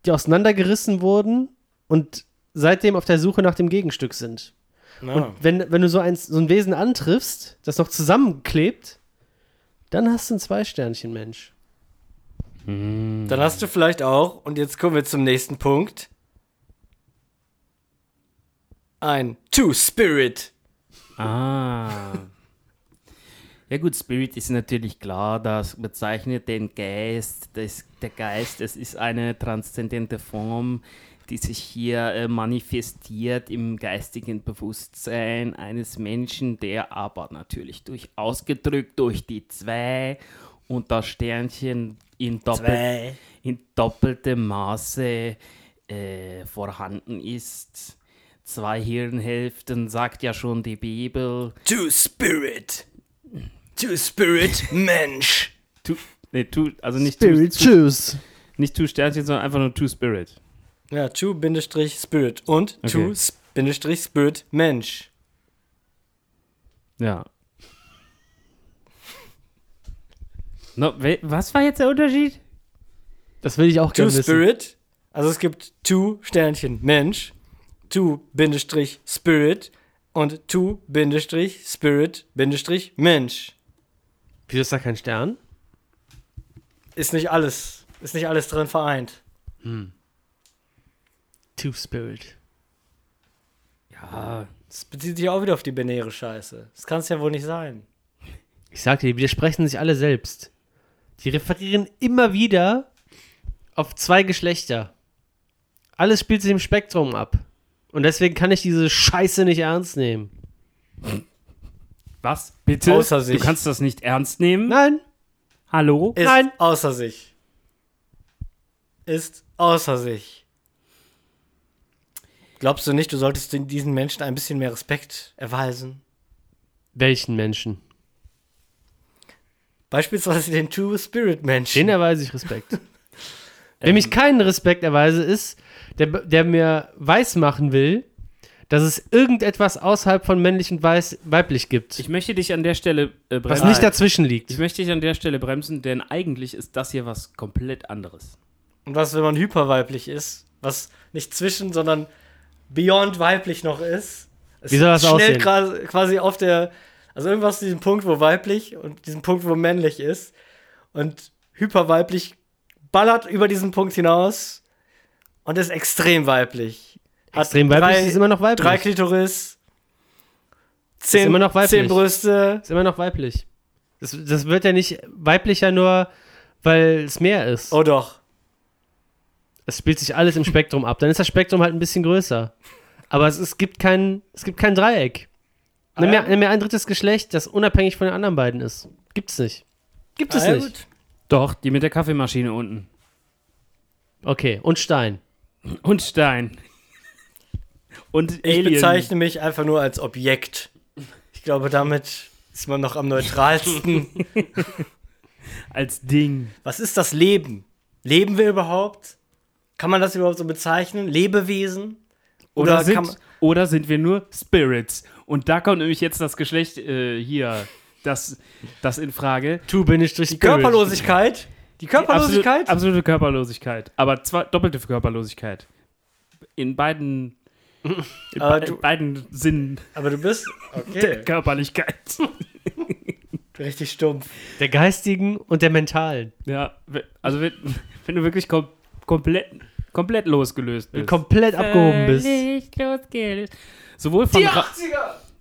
Speaker 5: die auseinandergerissen wurden und seitdem auf der Suche nach dem Gegenstück sind.
Speaker 4: Ja.
Speaker 5: Wenn, wenn du so, eins, so ein Wesen antriffst, das noch zusammenklebt, dann hast du ein Zwei-Sternchen-Mensch.
Speaker 4: Dann hast du vielleicht auch, und jetzt kommen wir zum nächsten Punkt, ein Two-Spirit.
Speaker 2: Ah. Ja gut, Spirit ist natürlich klar, das bezeichnet den Geist. Das, der Geist, es ist eine transzendente Form, die sich hier äh, manifestiert im geistigen Bewusstsein eines Menschen, der aber natürlich durch ausgedrückt durch die zwei und das Sternchen in, doppel,
Speaker 4: Zwei.
Speaker 2: in doppeltem Maße äh, vorhanden ist. Zwei Hirnhälften, sagt ja schon die Bibel.
Speaker 4: Two-Spirit. Two-Spirit Mensch.
Speaker 2: Two, nee, two, also nicht
Speaker 5: Spirit,
Speaker 2: Two,
Speaker 5: tschüss.
Speaker 2: nicht two Sternchen, sondern einfach nur Two Spirit.
Speaker 4: Ja, Two-Spirit und
Speaker 2: Okay.
Speaker 4: Two-Spirit Mensch.
Speaker 2: Ja. No, wel- was war jetzt der Unterschied?
Speaker 5: Das will ich auch gerne wissen.
Speaker 4: Two-Spirit. Also es gibt Two-Sternchen Mensch, Two-Spirit und Two-Spirit Mensch.
Speaker 5: Wieso ist da kein Stern?
Speaker 4: Ist nicht alles, ist nicht alles drin vereint.
Speaker 5: Two-Spirit.
Speaker 2: Ja,
Speaker 4: Das bezieht sich auch wieder auf die binäre Scheiße. Das kann es ja wohl nicht sein.
Speaker 5: Ich sagte, die widersprechen sich alle selbst. Die referieren immer wieder auf zwei Geschlechter. Alles spielt sich im Spektrum ab. Und deswegen kann ich diese Scheiße nicht ernst nehmen.
Speaker 2: was? Bitte?
Speaker 4: Außer sich.
Speaker 2: Du kannst das nicht ernst nehmen?
Speaker 5: Nein,
Speaker 2: Hallo?
Speaker 4: Ist
Speaker 5: Nein.
Speaker 4: außer sich. Ist außer sich. Glaubst du nicht, du solltest den- diesen Menschen ein bisschen mehr Respekt erweisen?
Speaker 5: welchen Menschen?
Speaker 4: Beispielsweise den Two-Spirit-Menschen.
Speaker 5: Den erweise ich Respekt. Wem
Speaker 2: Ähm.
Speaker 5: ich keinen Respekt erweise, ist, der, der mir weismachen will, dass es irgendetwas außerhalb von männlich und weiß, weiblich gibt.
Speaker 2: Ich möchte dich an der Stelle äh,
Speaker 5: was
Speaker 2: bremsen.
Speaker 5: nicht dazwischen liegt.
Speaker 2: ich möchte dich an der Stelle bremsen, denn eigentlich ist das hier was komplett anderes.
Speaker 4: Und was, wenn man hyperweiblich ist? Was nicht zwischen, sondern beyond weiblich noch ist? Es
Speaker 5: Wie soll das
Speaker 4: schnellt
Speaker 5: aussehen?
Speaker 4: gra- quasi auf der, also irgendwas diesen Punkt, wo weiblich und diesen Punkt, wo männlich ist. Und hyperweiblich ballert über diesen Punkt hinaus und ist extrem weiblich. Hat
Speaker 5: Extrem weiblich ist immer noch weiblich.
Speaker 4: Drei Klitoris. Zehn,
Speaker 5: immer noch weiblich.
Speaker 4: zehn Brüste.
Speaker 5: ist immer noch weiblich. Das, das wird ja nicht weiblicher nur, weil es mehr ist.
Speaker 4: Oh doch.
Speaker 5: Es spielt sich alles im Spektrum ab. Dann ist das Spektrum halt ein bisschen größer. Aber es, es, gibt, kein, es gibt kein Dreieck. Nimm
Speaker 4: Ah.
Speaker 5: mir, nimm mir ein drittes Geschlecht, das unabhängig von den anderen beiden ist. Gibt's nicht. Gibt es
Speaker 4: Ah, ja,
Speaker 5: nicht.
Speaker 4: gut.
Speaker 2: Doch, die mit der Kaffeemaschine unten.
Speaker 5: Okay, und Stein.
Speaker 2: Und Stein. Und
Speaker 4: Ich
Speaker 2: Alien.
Speaker 4: bezeichne mich einfach nur als Objekt. Ich glaube, damit ist man noch am neutralsten.
Speaker 2: als Ding.
Speaker 4: Was ist das Leben? Leben wir überhaupt? Kann man das überhaupt so bezeichnen? Lebewesen?
Speaker 2: Oder,
Speaker 4: Oder kann
Speaker 2: sind,
Speaker 4: man-
Speaker 2: oder sind wir nur Spirits? Und da kommt nämlich jetzt das Geschlecht äh, hier, das, das in Frage.
Speaker 5: Tu bin ich durch die
Speaker 4: Körperlosigkeit? Die Körperlosigkeit?
Speaker 2: Absolute, absolute Körperlosigkeit. Aber zwei, doppelte Körperlosigkeit. In beiden, in,
Speaker 4: Aber
Speaker 2: be
Speaker 4: du-
Speaker 2: in beiden Sinnen
Speaker 4: Aber du bist
Speaker 2: der
Speaker 4: okay,
Speaker 2: Körperlichkeit.
Speaker 4: richtig stumpf.
Speaker 5: Der geistigen und der mentalen.
Speaker 2: ja, we- also wenn, wenn du wirklich kom komplett, komplett losgelöst
Speaker 5: Wenn du
Speaker 2: bist.
Speaker 5: komplett abgehoben bist.
Speaker 2: losgelöst. Sowohl von, Ra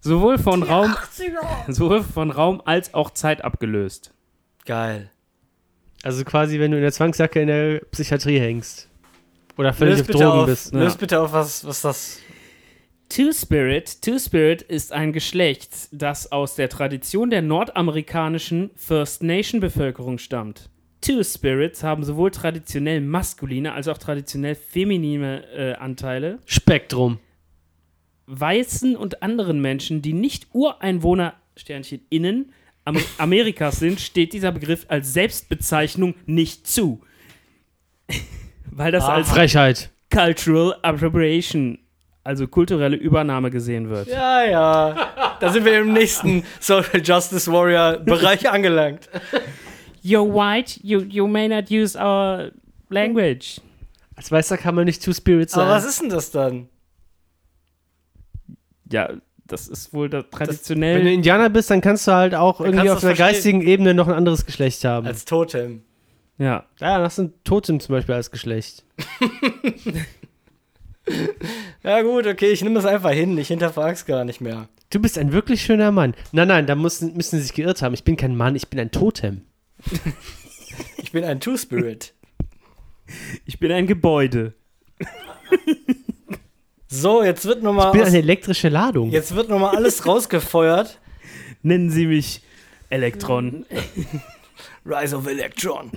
Speaker 2: sowohl von Raum sowohl von Raum als auch Zeit abgelöst.
Speaker 4: Geil.
Speaker 5: Also quasi, wenn du in der Zwangsjacke in der Psychiatrie hängst. Oder völlig
Speaker 4: Löst
Speaker 5: auf
Speaker 4: bitte
Speaker 5: Drogen
Speaker 4: auf,
Speaker 5: bist.
Speaker 2: ne?
Speaker 4: löst
Speaker 2: Ja.
Speaker 4: bitte auf, was, was das.
Speaker 2: Two-Spirit. Two-Spirit ist ein Geschlecht, das aus der Tradition der nordamerikanischen First Nation-Bevölkerung stammt. Two-Spirits haben sowohl traditionell maskuline als auch traditionell feminine äh, Anteile.
Speaker 5: Spektrum.
Speaker 2: Weißen und anderen Menschen, die nicht Ureinwohner, Sternchen, innen Am Amerikas sind, steht dieser Begriff als Selbstbezeichnung nicht zu. Weil das
Speaker 4: Ah.
Speaker 2: als
Speaker 5: Frechheit.
Speaker 2: Cultural Appropriation, also kulturelle Übernahme gesehen wird.
Speaker 4: Ja, ja. Da sind wir im nächsten Social Justice Warrior Bereich angelangt.
Speaker 2: You're white, you, you may not use our language.
Speaker 5: Als Weißer kann man nicht Two Spirits sein.
Speaker 4: Aber was ist denn das dann?
Speaker 2: Ja, das ist wohl da
Speaker 5: Wenn du
Speaker 2: traditionell.
Speaker 5: Indianer bist, dann kannst du halt auch irgendwie
Speaker 4: kannst
Speaker 5: auf
Speaker 4: du's
Speaker 5: einer
Speaker 4: verstehen.
Speaker 5: geistigen Ebene noch ein anderes Geschlecht haben.
Speaker 4: Als Totem.
Speaker 2: Ja.
Speaker 5: ja, das sind Totem zum Beispiel als Geschlecht.
Speaker 4: Ja gut, okay, ich nehme das einfach hin. Ich hinterfrag's gar nicht mehr.
Speaker 5: Du bist ein wirklich schöner Mann. Nein, nein, da müssen, müssen sie sich geirrt haben. Ich bin kein Mann, ich bin ein Totem.
Speaker 4: Ich bin ein Two-Spirit.
Speaker 2: Ich bin ein Gebäude.
Speaker 4: So, jetzt wird
Speaker 5: Ich bin eine
Speaker 4: nochmal
Speaker 5: elektrische Ladung.
Speaker 4: jetzt wird noch mal alles rausgefeuert.
Speaker 2: Nennen Sie mich Elektron.
Speaker 4: Rise of Electron.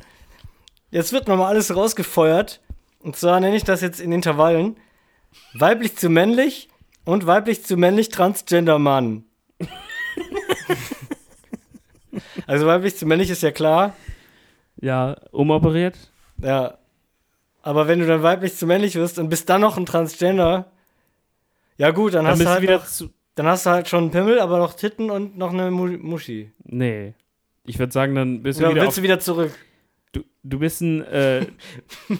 Speaker 4: Jetzt wird nochmal alles rausgefeuert. Und zwar nenne ich das jetzt in Intervallen. Weiblich zu männlich und weiblich zu männlich Transgender Mann. also weiblich zu männlich ist ja klar.
Speaker 2: Ja, umoperiert.
Speaker 4: Ja. Aber wenn du dann weiblich zu männlich wirst und bist dann noch ein Transgender, ja gut, dann,
Speaker 2: Dann
Speaker 4: hast, du
Speaker 2: bist du
Speaker 4: halt
Speaker 2: wieder
Speaker 4: noch,
Speaker 2: zu.
Speaker 4: dann hast du halt schon einen Pimmel, aber noch Titten und noch eine Mu- Muschi.
Speaker 2: Nee. Ich würde sagen, dann bist du
Speaker 4: Dann
Speaker 2: wieder
Speaker 4: willst
Speaker 2: auf.
Speaker 4: du wieder zurück.
Speaker 2: Du, du bist ein. Äh,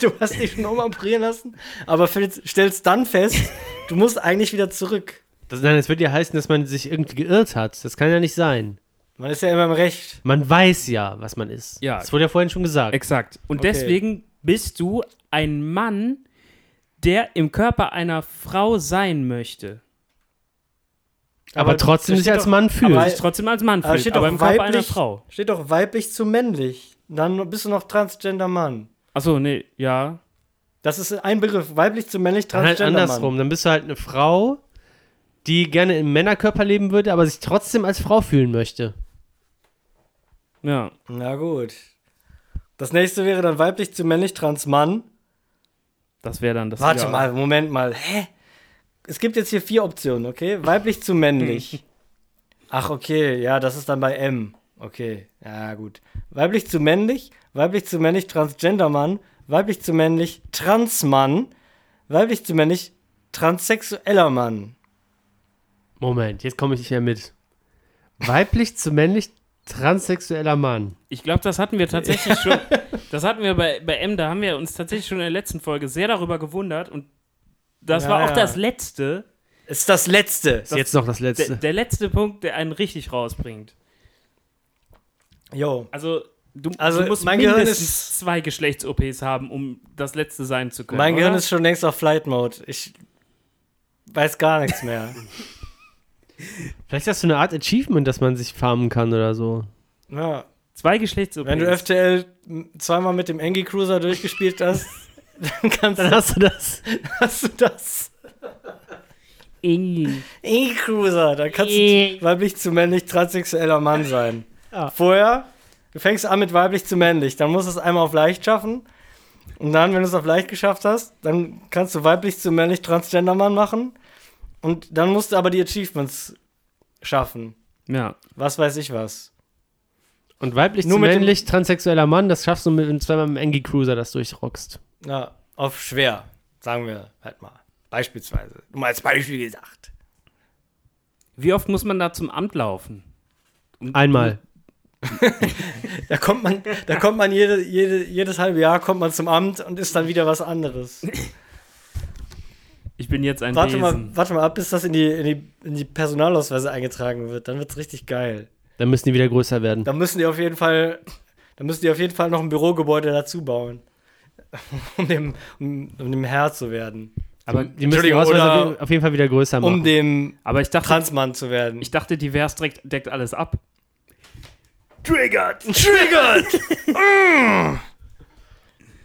Speaker 4: Du hast dich schon umoperieren lassen, aber fällst- stellst dann fest, du musst eigentlich wieder zurück.
Speaker 5: Das, nein, das wird ja heißen, dass man sich irgendwie geirrt hat. Das kann ja nicht sein.
Speaker 4: Man ist ja immer im Recht.
Speaker 5: Man weiß ja, was man ist.
Speaker 2: Ja.
Speaker 5: Das wurde ja vorhin schon gesagt.
Speaker 2: Exakt. Und
Speaker 4: Okay.
Speaker 2: deswegen bist du ein Mann, der im Körper einer Frau sein möchte.
Speaker 5: aber
Speaker 4: aber
Speaker 5: trotzdem
Speaker 4: das
Speaker 5: sich
Speaker 4: steht
Speaker 5: als
Speaker 4: doch-
Speaker 5: Mann
Speaker 2: Aber
Speaker 5: fühlt.
Speaker 2: sich trotzdem als Mann
Speaker 4: Äh, Aber
Speaker 2: fühlt,
Speaker 4: steht
Speaker 2: aber
Speaker 4: doch
Speaker 2: im Körper einer
Speaker 4: weiblich-
Speaker 2: Frau.
Speaker 4: Steht doch weiblich zu männlich. Dann bist du noch Transgender Mann.
Speaker 2: Achso, nee, ja.
Speaker 4: Das ist ein Begriff. Weiblich zu männlich
Speaker 5: Dann halt
Speaker 4: Transgender Mann.
Speaker 5: andersrum. Dann bist du halt eine Frau, die gerne im Männerkörper leben würde, aber sich trotzdem als Frau fühlen möchte.
Speaker 2: Ja.
Speaker 4: Na gut. Das nächste wäre dann weiblich zu männlich Trans Mann.
Speaker 2: Das wäre dann das.
Speaker 4: Warte
Speaker 2: ja.
Speaker 4: mal, Moment mal. Hä? Es gibt jetzt hier vier Optionen, okay? Weiblich zu
Speaker 2: Hm.
Speaker 4: männlich. Ach, okay, ja, das ist dann bei M. Okay, ja, gut. Weiblich zu männlich, weiblich zu männlich Transgendermann, weiblich zu männlich Transmann, weiblich zu männlich transsexueller Mann.
Speaker 5: Moment, jetzt komme ich nicht mehr mit. Weiblich zu männlich transsexueller Mann.
Speaker 2: Ich glaube, das hatten wir tatsächlich schon. Das hatten wir bei, bei M, da haben wir uns tatsächlich schon in der letzten Folge sehr darüber gewundert und das
Speaker 4: Ja,
Speaker 2: war auch
Speaker 4: ja.
Speaker 2: das letzte,
Speaker 4: Ist das letzte.
Speaker 5: Ist jetzt noch das letzte.
Speaker 2: der, der letzte Punkt, der einen richtig rausbringt.
Speaker 4: Jo.
Speaker 2: Also, du,
Speaker 4: Also,
Speaker 2: du musst
Speaker 4: mein Gehirn
Speaker 2: mindestens
Speaker 4: ist-
Speaker 2: zwei Geschlechts-OPs haben, um das letzte sein zu können.
Speaker 4: Mein Gehirn
Speaker 2: oder?
Speaker 4: ist schon längst auf Flight Mode. Ich weiß gar nichts mehr.
Speaker 5: Vielleicht hast du eine Art Achievement, dass man sich farmen kann oder so.
Speaker 4: ja.
Speaker 2: zwei Geschlechts-OPs.
Speaker 4: Wenn du FTL zweimal mit dem Engie Cruiser durchgespielt hast, dann kannst
Speaker 5: Dann hast du das.
Speaker 4: Hast du das?
Speaker 2: Engel.
Speaker 4: Engie Cruiser, da kannst
Speaker 2: Ey.
Speaker 4: du weiblich zu männlich transsexueller Mann sein.
Speaker 5: Ja.
Speaker 4: Vorher, du fängst an mit weiblich zu männlich, dann musst du es einmal auf leicht schaffen. Und dann, wenn du es auf leicht geschafft hast, dann kannst du weiblich zu männlich Transgender Mann machen. Und dann musst du aber die Achievements schaffen.
Speaker 2: Ja.
Speaker 4: Was weiß ich was.
Speaker 5: Und weiblich
Speaker 4: Nur
Speaker 5: zu
Speaker 4: mit dem-
Speaker 5: männlich transsexueller Mann, das schaffst du mit mit zweimal mit dem Engie Cruiser, das durchrockst.
Speaker 4: Ja, auf schwer, sagen wir halt mal. Beispielsweise. Nur mal als Beispiel gesagt.
Speaker 2: Wie oft muss man da zum Amt laufen?
Speaker 5: Einmal.
Speaker 4: Da kommt man, da kommt man jede, jede, jedes halbe Jahr kommt man zum Amt und ist dann wieder was anderes.
Speaker 2: Ich bin jetzt ein Wesen.
Speaker 4: Warte mal, warte mal ab, bis das in die, in die, in die Personalausweise eingetragen wird. Dann wird's richtig geil.
Speaker 5: Dann müssen die wieder größer werden.
Speaker 4: Da müssen die auf jeden Fall, da müssen die auf jeden Fall noch ein Bürogebäude dazu bauen. Um dem, um, um dem Herr zu werden.
Speaker 2: Aber,
Speaker 5: Die müssen die
Speaker 4: Entschuldigung,
Speaker 5: Ausweise
Speaker 4: oder-
Speaker 5: auf jeden- auf jeden Fall wieder größer machen.
Speaker 4: Um dem
Speaker 2: aber ich dachte,
Speaker 4: Transmann zu werden.
Speaker 2: ich dachte, divers deckt, deckt alles ab.
Speaker 4: Triggered! Triggered! Mm.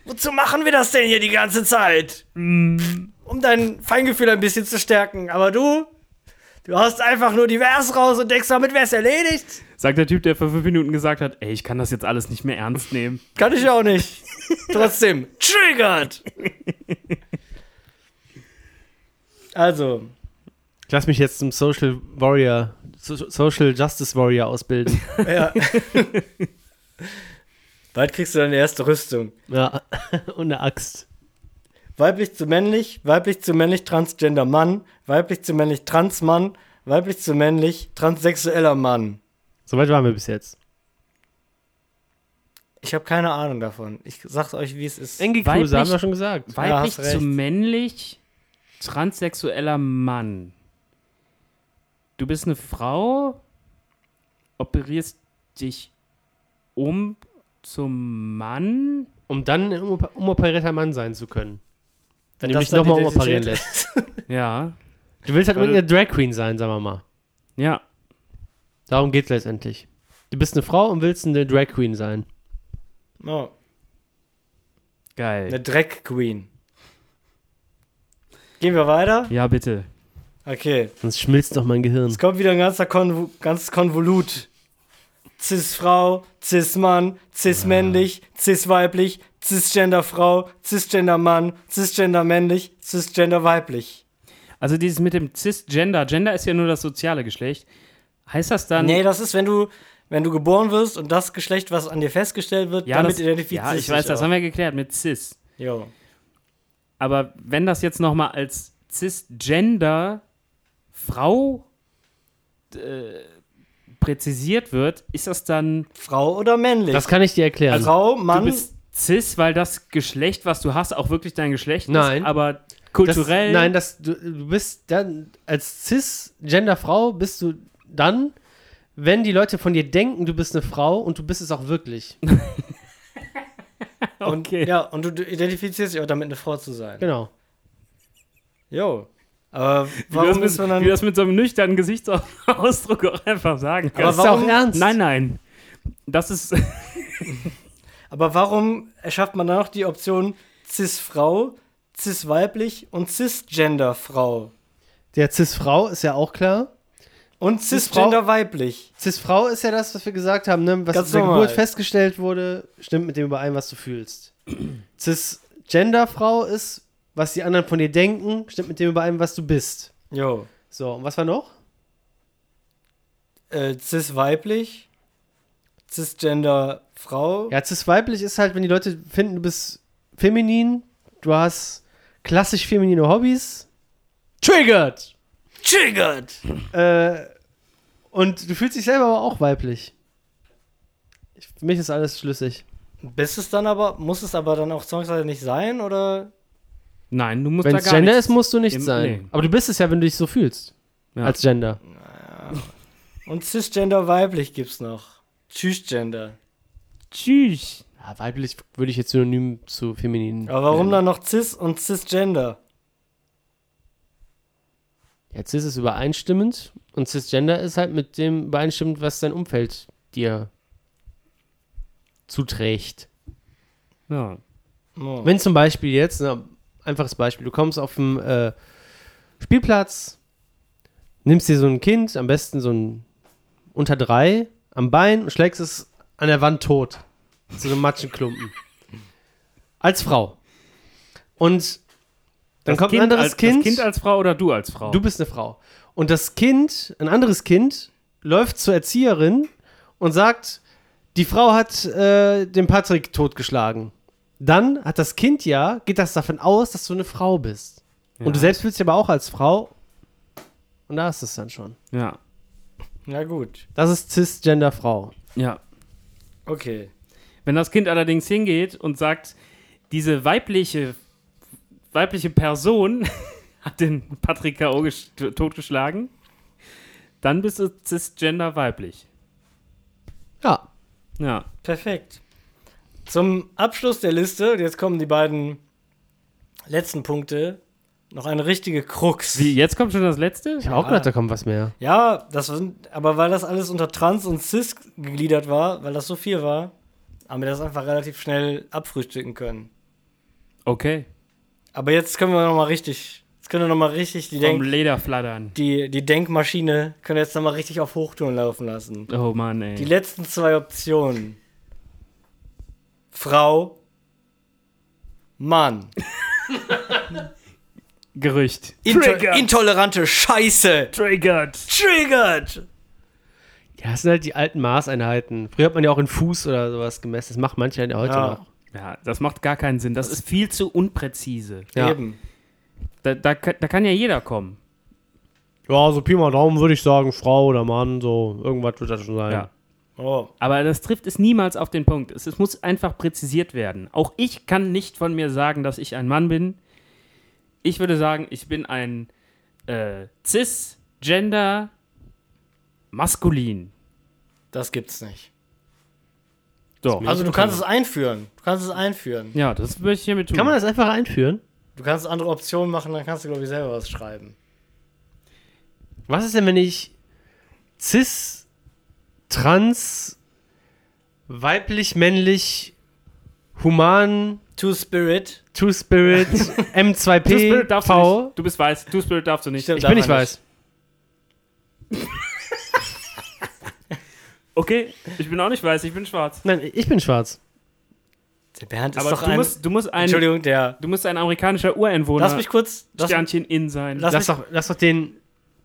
Speaker 4: Wozu machen wir das denn hier die ganze Zeit? Um dein Feingefühl ein bisschen zu stärken. Aber du, du hast einfach nur divers raus und denkst, damit wär's erledigt.
Speaker 2: Sagt der Typ, der vor fünf Minuten gesagt hat, ey, ich kann das jetzt alles nicht mehr ernst nehmen.
Speaker 4: Kann ich auch nicht. Trotzdem, triggert. Also,
Speaker 5: Ich lass mich jetzt zum Social Warrior, so Social Justice Warrior ausbilden.
Speaker 4: ja. Bald kriegst du deine erste Rüstung.
Speaker 5: ja. Und eine Axt.
Speaker 4: Weiblich zu männlich, weiblich zu männlich transgender Mann, weiblich zu männlich Transmann, weiblich zu männlich transsexueller Mann.
Speaker 5: Soweit waren wir bis jetzt.
Speaker 4: Ich habe keine Ahnung davon. Ich sag's euch, wie es ist.
Speaker 5: Engie
Speaker 2: Weiblich-
Speaker 5: Cruiser haben wir schon gesagt.
Speaker 2: Weiblich
Speaker 4: hast
Speaker 2: zu
Speaker 4: recht.
Speaker 2: männlich, transsexueller Mann. du bist eine Frau, operierst dich um zum Mann.
Speaker 5: Um dann ein umoper- umoperierter Mann sein zu können.
Speaker 4: Wenn
Speaker 5: Wenn du
Speaker 4: das
Speaker 5: mich
Speaker 4: deine
Speaker 5: nochmal
Speaker 4: Identität
Speaker 5: umoperieren
Speaker 4: ist.
Speaker 5: lässt.
Speaker 2: Ja,
Speaker 5: Du willst halt
Speaker 2: Weil-
Speaker 5: eine Drag Queen sein, sagen wir mal.
Speaker 2: ja,
Speaker 5: Darum geht es letztendlich. Du bist eine Frau und willst eine Drag Queen sein.
Speaker 4: Oh,
Speaker 2: geil.
Speaker 4: eine Drag Queen. Gehen wir weiter?
Speaker 2: Ja, bitte.
Speaker 4: Okay.
Speaker 5: Sonst schmilzt doch mein Gehirn.
Speaker 4: Es kommt wieder ein ganzer Konvo ganzes Konvolut. Cis-Frau, Cis-Mann, Cis-männlich, Cis-weiblich, Cisgender-Frau, Cisgender-Mann, Cisgender-männlich, Cisgender-weiblich.
Speaker 2: Also dieses mit dem Cisgender, Gender ist ja nur das soziale Geschlecht. Heißt das dann?
Speaker 4: Nee, das ist, wenn du, wenn du geboren wirst und das Geschlecht, was an dir festgestellt wird, damit
Speaker 2: das,
Speaker 4: identifizierst
Speaker 2: ja, ich weiß, das haben wir geklärt mit Cis.
Speaker 4: wir. Jo.
Speaker 2: Aber wenn das jetzt nochmal als Cisgender Frau äh, präzisiert wird, ist das dann.
Speaker 4: Frau oder männlich?
Speaker 5: Das kann ich dir erklären.
Speaker 2: Also
Speaker 4: Frau,
Speaker 2: Du
Speaker 4: Mann,
Speaker 2: bist Cis, weil das Geschlecht, was du hast, auch wirklich dein Geschlecht
Speaker 5: Nein.
Speaker 2: ist. Aber
Speaker 5: Das-
Speaker 2: kulturell.
Speaker 5: Nein, das, du, du bist dann als Cis-Gender-Frau bist du dann, wenn die Leute von dir denken, du bist eine Frau und du bist es auch wirklich.
Speaker 4: und,
Speaker 2: okay.
Speaker 4: ja, und du identifizierst dich auch damit, eine Frau zu sein.
Speaker 5: Genau.
Speaker 4: Jo. Aber
Speaker 2: Wie das,
Speaker 4: warum ist man
Speaker 2: mit,
Speaker 4: dann...
Speaker 2: wie das mit so einem nüchternen Gesichtsausdruck auch einfach sagen kann.
Speaker 5: Das ist auch
Speaker 4: warum-
Speaker 5: ernst.
Speaker 2: Nein, nein. Das ist.
Speaker 4: Aber warum erschafft man dann noch die Option Cis-Frau, Cis-weiblich und Cisgender-Frau?
Speaker 5: Der Cis-Frau ist ja auch klar.
Speaker 4: Und
Speaker 5: Cis-Frau?
Speaker 4: Cisgender-weiblich.
Speaker 5: Cis-Frau ist ja das, was wir gesagt haben, ne? was
Speaker 4: Ganz
Speaker 5: in der
Speaker 4: normal.
Speaker 5: Geburt festgestellt wurde, stimmt mit dem überein, was du fühlst. Cis-Gender-Frau ist, was die anderen von dir denken, stimmt mit dem überein, was du bist.
Speaker 4: Jo.
Speaker 5: So, und was war noch?
Speaker 4: Äh, Cis-weiblich, Cisgender-Frau.
Speaker 5: Ja, cis-weiblich ist halt, wenn die Leute finden, du bist feminin, du hast klassisch feminine Hobbys. Triggered!
Speaker 4: Triggered!
Speaker 5: Äh, und du fühlst dich selber aber auch weiblich. Ich, für mich ist alles schlüssig.
Speaker 4: Bist es dann aber, muss es aber dann auch zwangsweise nicht sein, oder?
Speaker 2: Nein, du musst
Speaker 5: Wenn
Speaker 2: da
Speaker 5: es
Speaker 2: gar
Speaker 5: Gender
Speaker 2: nichts.
Speaker 5: ist, musst du nicht
Speaker 2: Im-
Speaker 5: sein.
Speaker 2: nee.
Speaker 5: Aber du bist es ja, wenn du dich so fühlst.
Speaker 2: Ja.
Speaker 5: Als Gender.
Speaker 4: Und Cisgender-weiblich gibt's noch. Tschüssgender.
Speaker 2: Tschüss.
Speaker 5: Ja, weiblich würde ich jetzt synonym zu feminin.
Speaker 4: Aber warum
Speaker 5: nennen.
Speaker 4: dann noch Cis und Cisgender?
Speaker 5: Ja, cis ist übereinstimmend und cisgender ist halt mit dem übereinstimmend, was dein Umfeld dir zuträgt.
Speaker 2: Ja.
Speaker 4: Oh.
Speaker 5: Wenn zum Beispiel jetzt, ne, einfaches Beispiel, du kommst auf dem äh, Spielplatz, nimmst dir so ein Kind, am besten so ein unter drei, am Bein und schlägst es an der Wand tot. Zu einem Matschenklumpen. Als Frau. Und dann
Speaker 2: Das
Speaker 5: kommt ein anderes
Speaker 2: als,
Speaker 5: Kind.
Speaker 2: Das Kind als Frau oder du als Frau?
Speaker 5: Du bist eine Frau. Und das Kind, ein anderes Kind, läuft zur Erzieherin und sagt, die Frau hat äh, den Patrick totgeschlagen. Dann hat das Kind ja, geht das davon aus, dass du eine Frau bist.
Speaker 2: Ja.
Speaker 5: Und du selbst fühlst dich aber auch als Frau. Und da ist es dann schon.
Speaker 2: ja.
Speaker 4: Na gut,
Speaker 5: Das ist Cisgender-Frau.
Speaker 2: ja.
Speaker 4: okay.
Speaker 2: Wenn das Kind allerdings hingeht und sagt, diese weibliche, weibliche Person hat den Patrick K.O. gesch- totgeschlagen, dann bist du cisgender weiblich.
Speaker 5: Ja.
Speaker 2: Ja.
Speaker 4: Perfekt. Zum Abschluss der Liste, und jetzt kommen die beiden letzten Punkte, noch eine richtige Krux.
Speaker 2: Wie, jetzt kommt schon das letzte?
Speaker 5: Ich habe auch gedacht, da kommt was mehr.
Speaker 4: Ja, das sind, aber weil das alles unter Trans und Cis gegliedert war, weil das so viel war, haben wir das einfach relativ schnell abfrühstücken können.
Speaker 2: Okay.
Speaker 4: Aber jetzt können wir nochmal richtig, jetzt können wir nochmal richtig die,
Speaker 2: Vom
Speaker 4: Denk,
Speaker 2: Leder flattern.
Speaker 4: die, die Denkmaschine, können wir jetzt nochmal richtig auf Hochtouren laufen lassen.
Speaker 2: Oh Mann, ey.
Speaker 4: Die letzten zwei Optionen. Frau, Mann.
Speaker 2: Gerücht.
Speaker 4: Inter intolerante Scheiße.
Speaker 2: Triggered.
Speaker 4: Triggered.
Speaker 5: Ja, das sind halt die alten Maßeinheiten. Früher hat man ja auch in Fuß oder sowas gemessen. Das macht manche ja heute
Speaker 4: Ja.
Speaker 5: noch.
Speaker 2: Ja, das macht gar keinen Sinn. Das ist viel zu unpräzise.
Speaker 5: Ja.
Speaker 4: Eben.
Speaker 2: Da, da, ka- da kann ja jeder kommen.
Speaker 5: Ja, so Pi mal Daumen würde ich sagen, Frau oder Mann, so irgendwas wird das schon sein.
Speaker 2: Ja.
Speaker 4: Oh.
Speaker 2: Aber das trifft es niemals auf den Punkt. Es, es muss einfach präzisiert werden. Auch ich kann nicht von mir sagen, dass ich ein Mann bin. Ich würde sagen, ich bin ein äh, cis-gender maskulin.
Speaker 4: Das gibt's nicht.
Speaker 2: So.
Speaker 4: Also du kannst es einführen. Du kannst es einführen.
Speaker 2: Ja, das würde ich hiermit tun.
Speaker 5: Kann man
Speaker 4: Hm.
Speaker 5: das einfach einführen?
Speaker 4: Du kannst andere Optionen machen, dann kannst du, glaube ich, selber was schreiben.
Speaker 5: Was ist denn, wenn ich cis, trans, weiblich, männlich, human,
Speaker 4: Two Spirit.
Speaker 5: Two-Spirit,
Speaker 2: Two Spirit
Speaker 5: M2P,
Speaker 2: darfst du
Speaker 5: V?
Speaker 2: nicht. Du bist weiß. Two Spirit darfst du nicht.
Speaker 4: Stimmt.
Speaker 5: Ich bin nicht
Speaker 4: Darf man
Speaker 5: weiß.
Speaker 2: Okay, ich bin auch nicht weiß, ich bin schwarz.
Speaker 5: Nein, ich bin schwarz.
Speaker 4: Der Bernd ist
Speaker 2: Aber
Speaker 4: doch
Speaker 2: du
Speaker 4: ein.
Speaker 2: musst, du musst ein,
Speaker 4: Entschuldigung, der.
Speaker 2: du musst ein amerikanischer Ureinwohner
Speaker 4: Lass mich kurz. Lass,
Speaker 2: Sternchen in sein.
Speaker 4: lass
Speaker 5: Lass
Speaker 4: mich,
Speaker 5: doch, lass doch den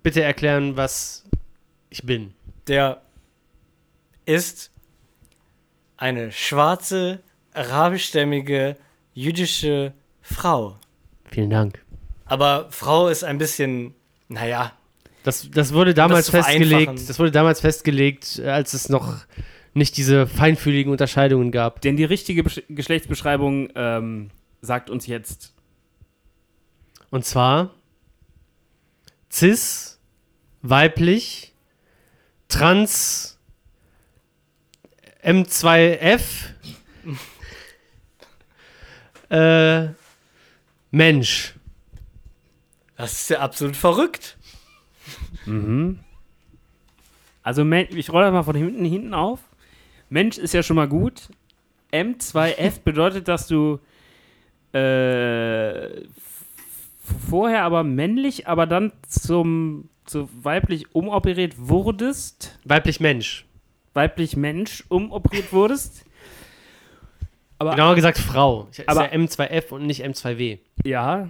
Speaker 5: bitte erklären, was ich bin.
Speaker 4: der ist eine schwarze, arabischstämmige, jüdische Frau.
Speaker 5: Vielen Dank.
Speaker 4: Aber Frau ist ein bisschen, naja,
Speaker 5: Das, das wurde damals
Speaker 4: zu vereinfachen.
Speaker 5: festgelegt. Das wurde damals festgelegt, als es noch nicht diese feinfühligen Unterscheidungen gab.
Speaker 2: Denn die richtige Besch Geschlechtsbeschreibung ähm, sagt uns jetzt
Speaker 5: Und zwar cis, weiblich, trans, M2F, äh, Mensch.
Speaker 4: das ist ja absolut verrückt.
Speaker 2: Also Men- ich rolle das mal von hinten hinten auf. Mensch ist ja schon mal gut. M2F bedeutet, dass du äh, f- vorher aber männlich, aber dann zum zu weiblich umoperiert wurdest,
Speaker 5: Weiblich Mensch.
Speaker 2: weiblich Mensch umoperiert wurdest. Aber
Speaker 4: Genau.
Speaker 5: Genauer gesagt Frau. Ich,
Speaker 2: Aber-
Speaker 5: ist ja M2F und nicht M2W.
Speaker 2: ja,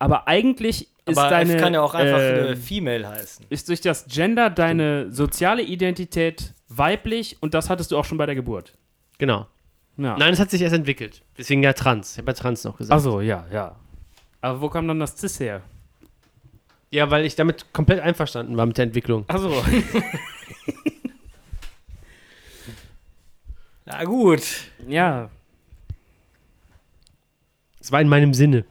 Speaker 2: aber eigentlich ist
Speaker 4: Aber
Speaker 2: deine
Speaker 4: F kann ja auch einfach
Speaker 2: äh,
Speaker 4: äh, Female heißen.
Speaker 2: ist durch das Gender deine soziale Identität weiblich und das hattest du auch schon bei der Geburt.
Speaker 5: Genau.
Speaker 2: Ja.
Speaker 5: Nein, es hat sich erst entwickelt. Deswegen ja trans. Ich habe ja trans noch gesagt.
Speaker 2: Achso, ja, ja. Aber wo kam dann das Cis her?
Speaker 5: Ja, weil ich damit komplett einverstanden war mit der Entwicklung.
Speaker 2: Achso.
Speaker 4: Na gut.
Speaker 2: ja.
Speaker 5: Es war in meinem Sinne.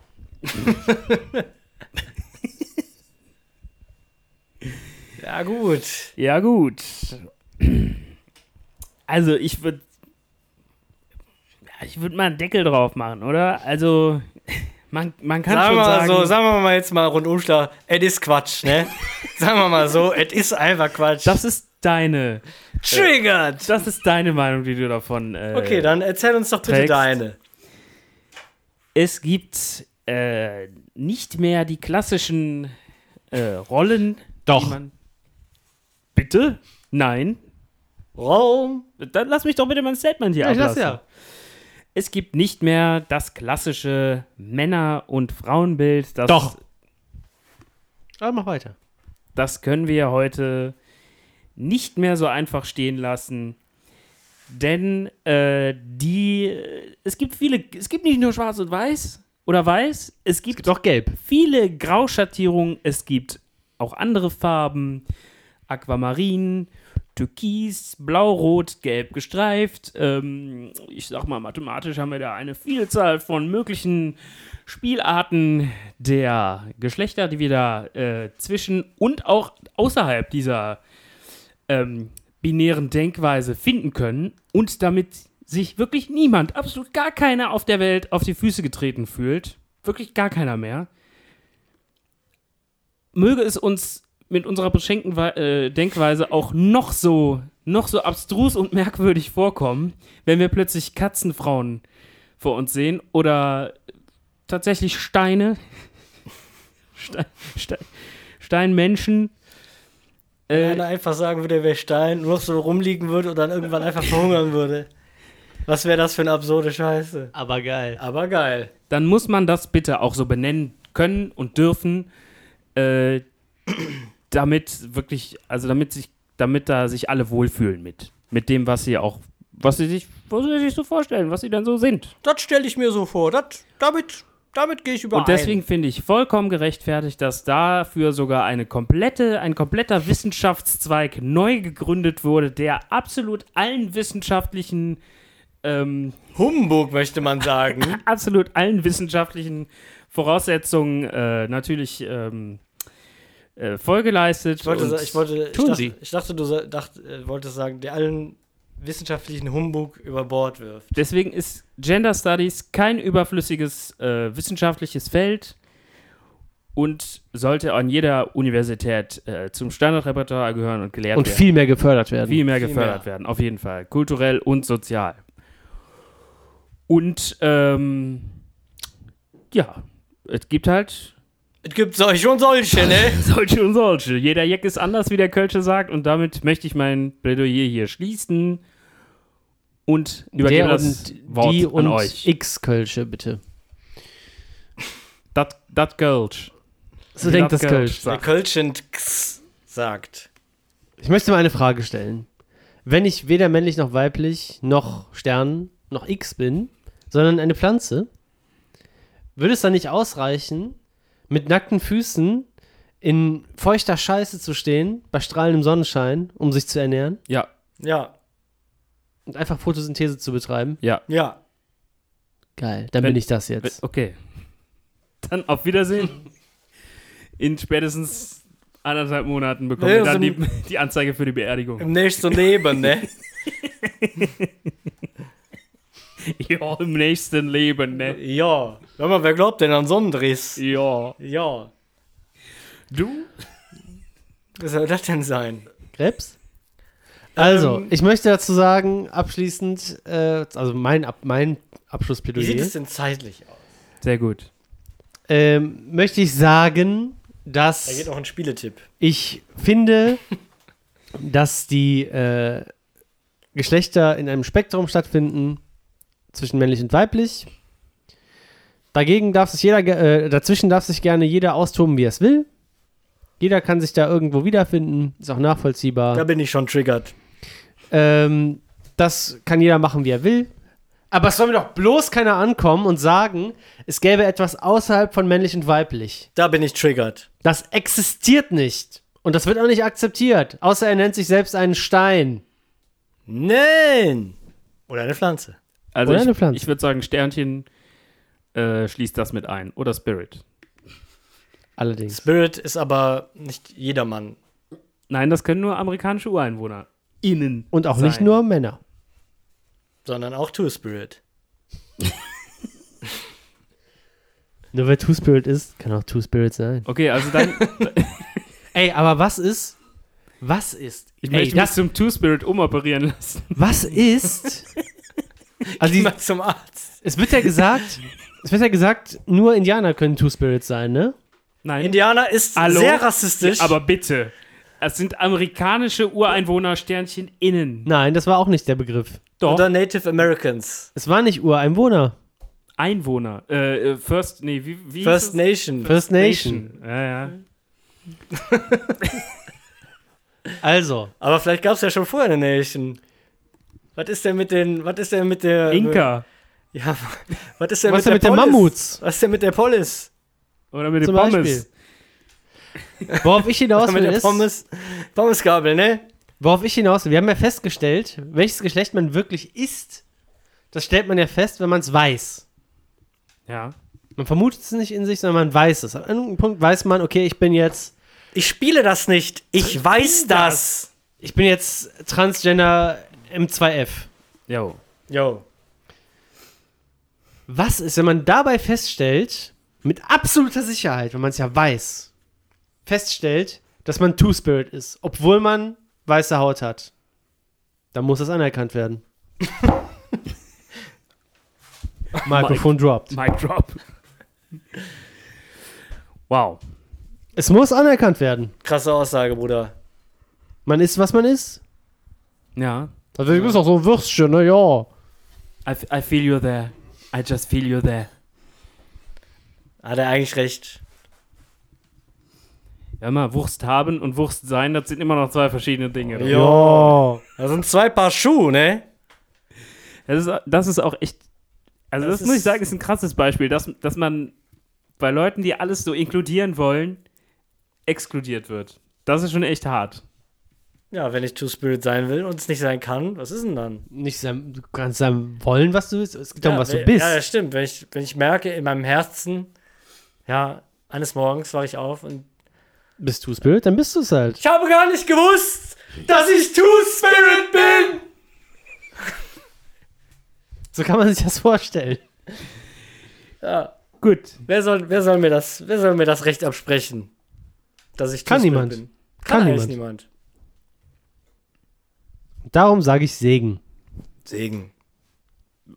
Speaker 4: Ja gut.
Speaker 2: Ja, gut. Also, ich würde. Ja, ich würde mal einen Deckel drauf machen, oder? Also, man, man kann
Speaker 4: Sagen
Speaker 2: schon
Speaker 4: wir
Speaker 2: sagen.
Speaker 4: mal so, sagen wir mal jetzt mal Rundumschlag, es ist Quatsch, ne? sagen wir mal so, es ist einfach Quatsch.
Speaker 2: das Äh, ist deine.
Speaker 4: triggert.
Speaker 2: Das ist deine Meinung, die du davon. Äh,
Speaker 4: Okay, dann erzähl uns doch bitte
Speaker 2: Text.
Speaker 4: deine.
Speaker 2: Es gibt äh, nicht mehr die klassischen äh, Rollen. Die
Speaker 5: Doch.
Speaker 2: man Bitte? Nein.
Speaker 4: Raum.
Speaker 2: Dann lass mich doch bitte mein Statement hier
Speaker 5: Ja, ich lass
Speaker 2: ablassen.
Speaker 5: ja.
Speaker 2: Es gibt nicht mehr das klassische Männer- und Frauenbild. Das,
Speaker 5: Doch. Aber mach weiter.
Speaker 2: Das können wir heute nicht mehr so einfach stehen lassen. Denn äh, die. Es gibt viele. Es gibt nicht nur schwarz und weiß oder weiß. Es gibt,
Speaker 5: Doch gelb.
Speaker 2: viele Grauschattierungen. Es gibt auch andere Farben. Aquamarin, Türkis, Blau, Rot, Gelb gestreift. Ähm, ich sag mal, mathematisch haben wir da eine Vielzahl von möglichen Spielarten der Geschlechter, die wir da äh, zwischen und auch außerhalb dieser ähm, binären Denkweise finden können und damit sich wirklich niemand, absolut gar keiner auf der Welt auf die Füße getreten fühlt, wirklich gar keiner mehr, möge es uns mit unserer beschränkten Wei- äh, Denkweise auch noch so, noch so abstrus und merkwürdig vorkommen, wenn wir plötzlich Katzenfrauen vor uns sehen oder tatsächlich Steine, Stein, Stein, Steinmenschen. äh,
Speaker 4: Wenn einer einfach sagen würde, er wäre Stein, nur noch so rumliegen würde und dann irgendwann einfach verhungern würde. Was wäre das für eine absurde Scheiße?
Speaker 5: Aber geil.
Speaker 4: Aber geil.
Speaker 2: dann muss man das bitte auch so benennen können und dürfen, äh, damit wirklich, also damit sich, damit da sich alle wohlfühlen mit, mit dem, was sie auch, was sie sich, was sie sich so vorstellen, was sie dann so sind.
Speaker 4: Das stelle ich mir so vor. Das, damit damit gehe ich überein.
Speaker 2: Und deswegen finde ich vollkommen gerechtfertigt, dass dafür sogar eine komplette, ein kompletter Wissenschaftszweig neu gegründet wurde, der absolut allen wissenschaftlichen ähm,
Speaker 4: Humbug möchte man sagen.
Speaker 2: absolut allen wissenschaftlichen Voraussetzungen äh, natürlich ähm, äh, Folge leistet.
Speaker 4: Ich wollte,
Speaker 2: und
Speaker 4: sa- ich wollte, ich
Speaker 2: tun
Speaker 4: dachte,
Speaker 2: sie.
Speaker 4: ich dachte, du sa- dacht, äh, wolltest sagen, der allen wissenschaftlichen Humbug über Bord wirft.
Speaker 2: Deswegen ist Gender Studies kein überflüssiges äh, wissenschaftliches Feld und sollte an jeder Universität äh, zum Standardrepertoire gehören und gelehrt
Speaker 5: Und
Speaker 2: werden.
Speaker 5: viel mehr gefördert werden.
Speaker 2: viel mehr
Speaker 4: Viel
Speaker 2: gefördert
Speaker 4: mehr.
Speaker 2: werden, auf jeden Fall. Kulturell und sozial. Und ähm, ja, es gibt halt
Speaker 4: Es gibt solche und solche, ne?
Speaker 2: solche und solche. Jeder Jack ist anders, wie der Kölsche sagt. Und damit möchte ich mein Plädoyer hier schließen und übergebe
Speaker 5: Der
Speaker 2: das
Speaker 5: und
Speaker 2: Wort
Speaker 5: die
Speaker 2: an
Speaker 5: und
Speaker 2: euch.
Speaker 5: X-Kölsche, bitte.
Speaker 2: Dat, dat Kölsch.
Speaker 5: So
Speaker 2: Die
Speaker 5: denkt das
Speaker 2: Latka
Speaker 5: Kölsch.
Speaker 4: Der Kölschend X sagt.
Speaker 5: Ich möchte mal eine Frage stellen. Wenn ich weder männlich noch weiblich, noch Stern, noch X bin, sondern eine Pflanze, würde es dann nicht ausreichen, mit nackten Füßen in feuchter Scheiße zu stehen, bei strahlendem Sonnenschein, um sich zu ernähren
Speaker 2: Ja,
Speaker 4: Ja,
Speaker 5: und einfach Photosynthese zu betreiben?
Speaker 2: ja.
Speaker 4: ja.
Speaker 5: Geil, dann
Speaker 2: Wenn-
Speaker 5: bin ich das jetzt.
Speaker 2: Okay. Dann auf Wiedersehen. In spätestens anderthalb Monaten bekommen
Speaker 4: Nee,
Speaker 2: wir dann
Speaker 4: so
Speaker 2: die,
Speaker 4: ein-
Speaker 2: die Anzeige für die Beerdigung.
Speaker 4: Im nächsten Leben, ne?
Speaker 2: Ja, im nächsten Leben, ne?
Speaker 4: ja. Sag mal, wer glaubt denn an Sonnendrehs?
Speaker 2: Ja.
Speaker 4: Ja.
Speaker 2: Du?
Speaker 4: Was soll das denn sein?
Speaker 5: Krebs? Also,
Speaker 4: Ähm,
Speaker 5: ich möchte dazu sagen, abschließend, äh, also mein, Ab mein
Speaker 4: Wie sieht
Speaker 5: Abschlussplädoyer.
Speaker 4: es denn zeitlich aus?
Speaker 2: Sehr gut.
Speaker 5: ähm, möchte ich sagen,
Speaker 4: Da geht
Speaker 5: dass
Speaker 4: noch ein Spieletipp.
Speaker 5: ich finde, dass die äh, Geschlechter in einem Spektrum stattfinden zwischen männlich und weiblich. Dagegen darf sich jeder, ge- äh, dazwischen darf sich gerne jeder austoben, wie er es will. Jeder kann sich da irgendwo wiederfinden, ist auch nachvollziehbar.
Speaker 4: Da bin ich schon triggert.
Speaker 5: Ähm, das kann jeder machen, wie er will. Aber es soll mir doch bloß keiner ankommen und sagen, es gäbe etwas außerhalb von männlich und weiblich.
Speaker 4: Da bin ich triggert.
Speaker 5: Das existiert nicht. Und das wird auch nicht akzeptiert. Außer er nennt sich selbst einen Stein.
Speaker 4: Nein! Oder eine Pflanze.
Speaker 2: Also
Speaker 5: Oder eine
Speaker 2: ich,
Speaker 5: Pflanze.
Speaker 2: ich würde sagen, Sternchen äh, schließt das mit ein. Oder Spirit.
Speaker 5: Allerdings.
Speaker 4: Spirit ist aber nicht jedermann.
Speaker 2: Nein, das können nur amerikanische Ureinwohner. Innen.
Speaker 5: Und auch nicht
Speaker 2: sein.
Speaker 5: nur Männer.
Speaker 4: sondern auch Two Spirit.
Speaker 5: Nur wer Two-Spirit ist, kann auch Two-Spirit sein.
Speaker 2: Okay, also dann.
Speaker 5: Ey, aber was ist? Was ist?
Speaker 2: Ich
Speaker 5: ey,
Speaker 2: möchte mich
Speaker 5: das,
Speaker 2: zum Two-Spirit umoperieren lassen.
Speaker 5: was ist? also, die,
Speaker 4: Mal zum Arzt.
Speaker 5: es wird ja gesagt, es wird ja gesagt, nur Indianer können Two-Spirit sein, ne?
Speaker 2: Nein.
Speaker 4: Indianer ist
Speaker 2: Hallo?
Speaker 4: sehr rassistisch.
Speaker 2: Aber bitte. Es sind amerikanische Ureinwohner Sternchen innen.
Speaker 5: Nein, das war auch nicht der Begriff.
Speaker 2: Doch.
Speaker 4: oder Native Americans.
Speaker 5: Es war nicht Ureinwohner.
Speaker 2: Einwohner. Äh, äh, First, nee, wie, wie
Speaker 4: First
Speaker 2: hieß
Speaker 4: Nation.
Speaker 5: First
Speaker 2: es?
Speaker 5: Nation.
Speaker 2: Ja, ja.
Speaker 5: Also,
Speaker 4: Aber vielleicht gab es ja schon vorher eine Nation. Was ist denn mit den, was ist denn mit der
Speaker 2: Inka.
Speaker 4: Ja, was ist denn
Speaker 5: was ist denn
Speaker 4: mit,
Speaker 5: mit den
Speaker 4: Polis?
Speaker 5: Mammuts?
Speaker 4: Was ist denn mit der Polis?
Speaker 2: Oder mit den
Speaker 5: Zum
Speaker 2: Pommes.
Speaker 5: Worauf ich hinaus
Speaker 4: Was mit
Speaker 5: will,
Speaker 4: der
Speaker 5: ist,
Speaker 4: Pommes? Pommesgabel, ne?
Speaker 5: Worauf ich hinaus will, wir haben ja festgestellt, welches Geschlecht man wirklich ist, das stellt man ja fest, wenn man es weiß.
Speaker 2: Ja.
Speaker 5: Man vermutet es nicht in sich, sondern man weiß es. An irgendeinem Punkt weiß man, okay, ich bin jetzt,
Speaker 4: Ich spiele das nicht. Ich weiß das.
Speaker 5: ich bin jetzt Transgender M2F.
Speaker 2: Jo.
Speaker 4: Jo.
Speaker 5: Was ist, wenn man dabei feststellt, mit absoluter Sicherheit, wenn man es ja weiß, feststellt, dass man Two-Spirit ist, obwohl man weiße Haut hat? Dann muss das anerkannt werden. Mikrofon dropped.
Speaker 2: Mic drop. wow.
Speaker 5: Es muss anerkannt werden.
Speaker 4: Krasse Aussage, Bruder.
Speaker 5: Man ist, was man ist.
Speaker 2: Ja.
Speaker 5: Also, du bist auch so ein Würstchen, ne? Ja.
Speaker 2: I, f- I feel you there. I just feel you there.
Speaker 4: Hat er eigentlich recht.
Speaker 2: Ja, mal, Wurst haben und Wurst sein, das sind immer noch zwei verschiedene Dinge.
Speaker 4: Ja. Das sind zwei Paar Schuhe, ne?
Speaker 2: Das ist, das ist auch echt. Also, das,
Speaker 4: Das
Speaker 2: muss ich
Speaker 4: ist-
Speaker 2: sagen, ist ein krasses Beispiel, dass, dass man bei Leuten, die alles so inkludieren wollen, exkludiert wird. Das ist schon echt hart.
Speaker 4: Ja, wenn ich Two Spirit sein will und es nicht sein kann, was ist denn dann?
Speaker 5: Nicht sein, du kannst sein wollen, was du willst. Es geht darum, was
Speaker 4: wenn-
Speaker 5: du bist.
Speaker 4: Ja, das stimmt. Wenn ich, wenn ich merke in meinem Herzen, ja, eines Morgens wache ich auf und
Speaker 5: Bist du Spirit? Dann bist du es halt.
Speaker 4: Ich habe gar nicht gewusst, dass ich Two Spirit bin.
Speaker 5: So kann man sich das vorstellen.
Speaker 4: Ja,
Speaker 2: Gut.
Speaker 4: wer soll, wer soll mir das, wer soll mir das Recht absprechen, dass ich Two
Speaker 5: Kann
Speaker 4: Spirit
Speaker 5: niemand.
Speaker 4: bin?
Speaker 5: Kann
Speaker 4: eigentlich
Speaker 5: niemand.
Speaker 4: niemand.
Speaker 5: Darum sage ich Segen.
Speaker 4: Segen.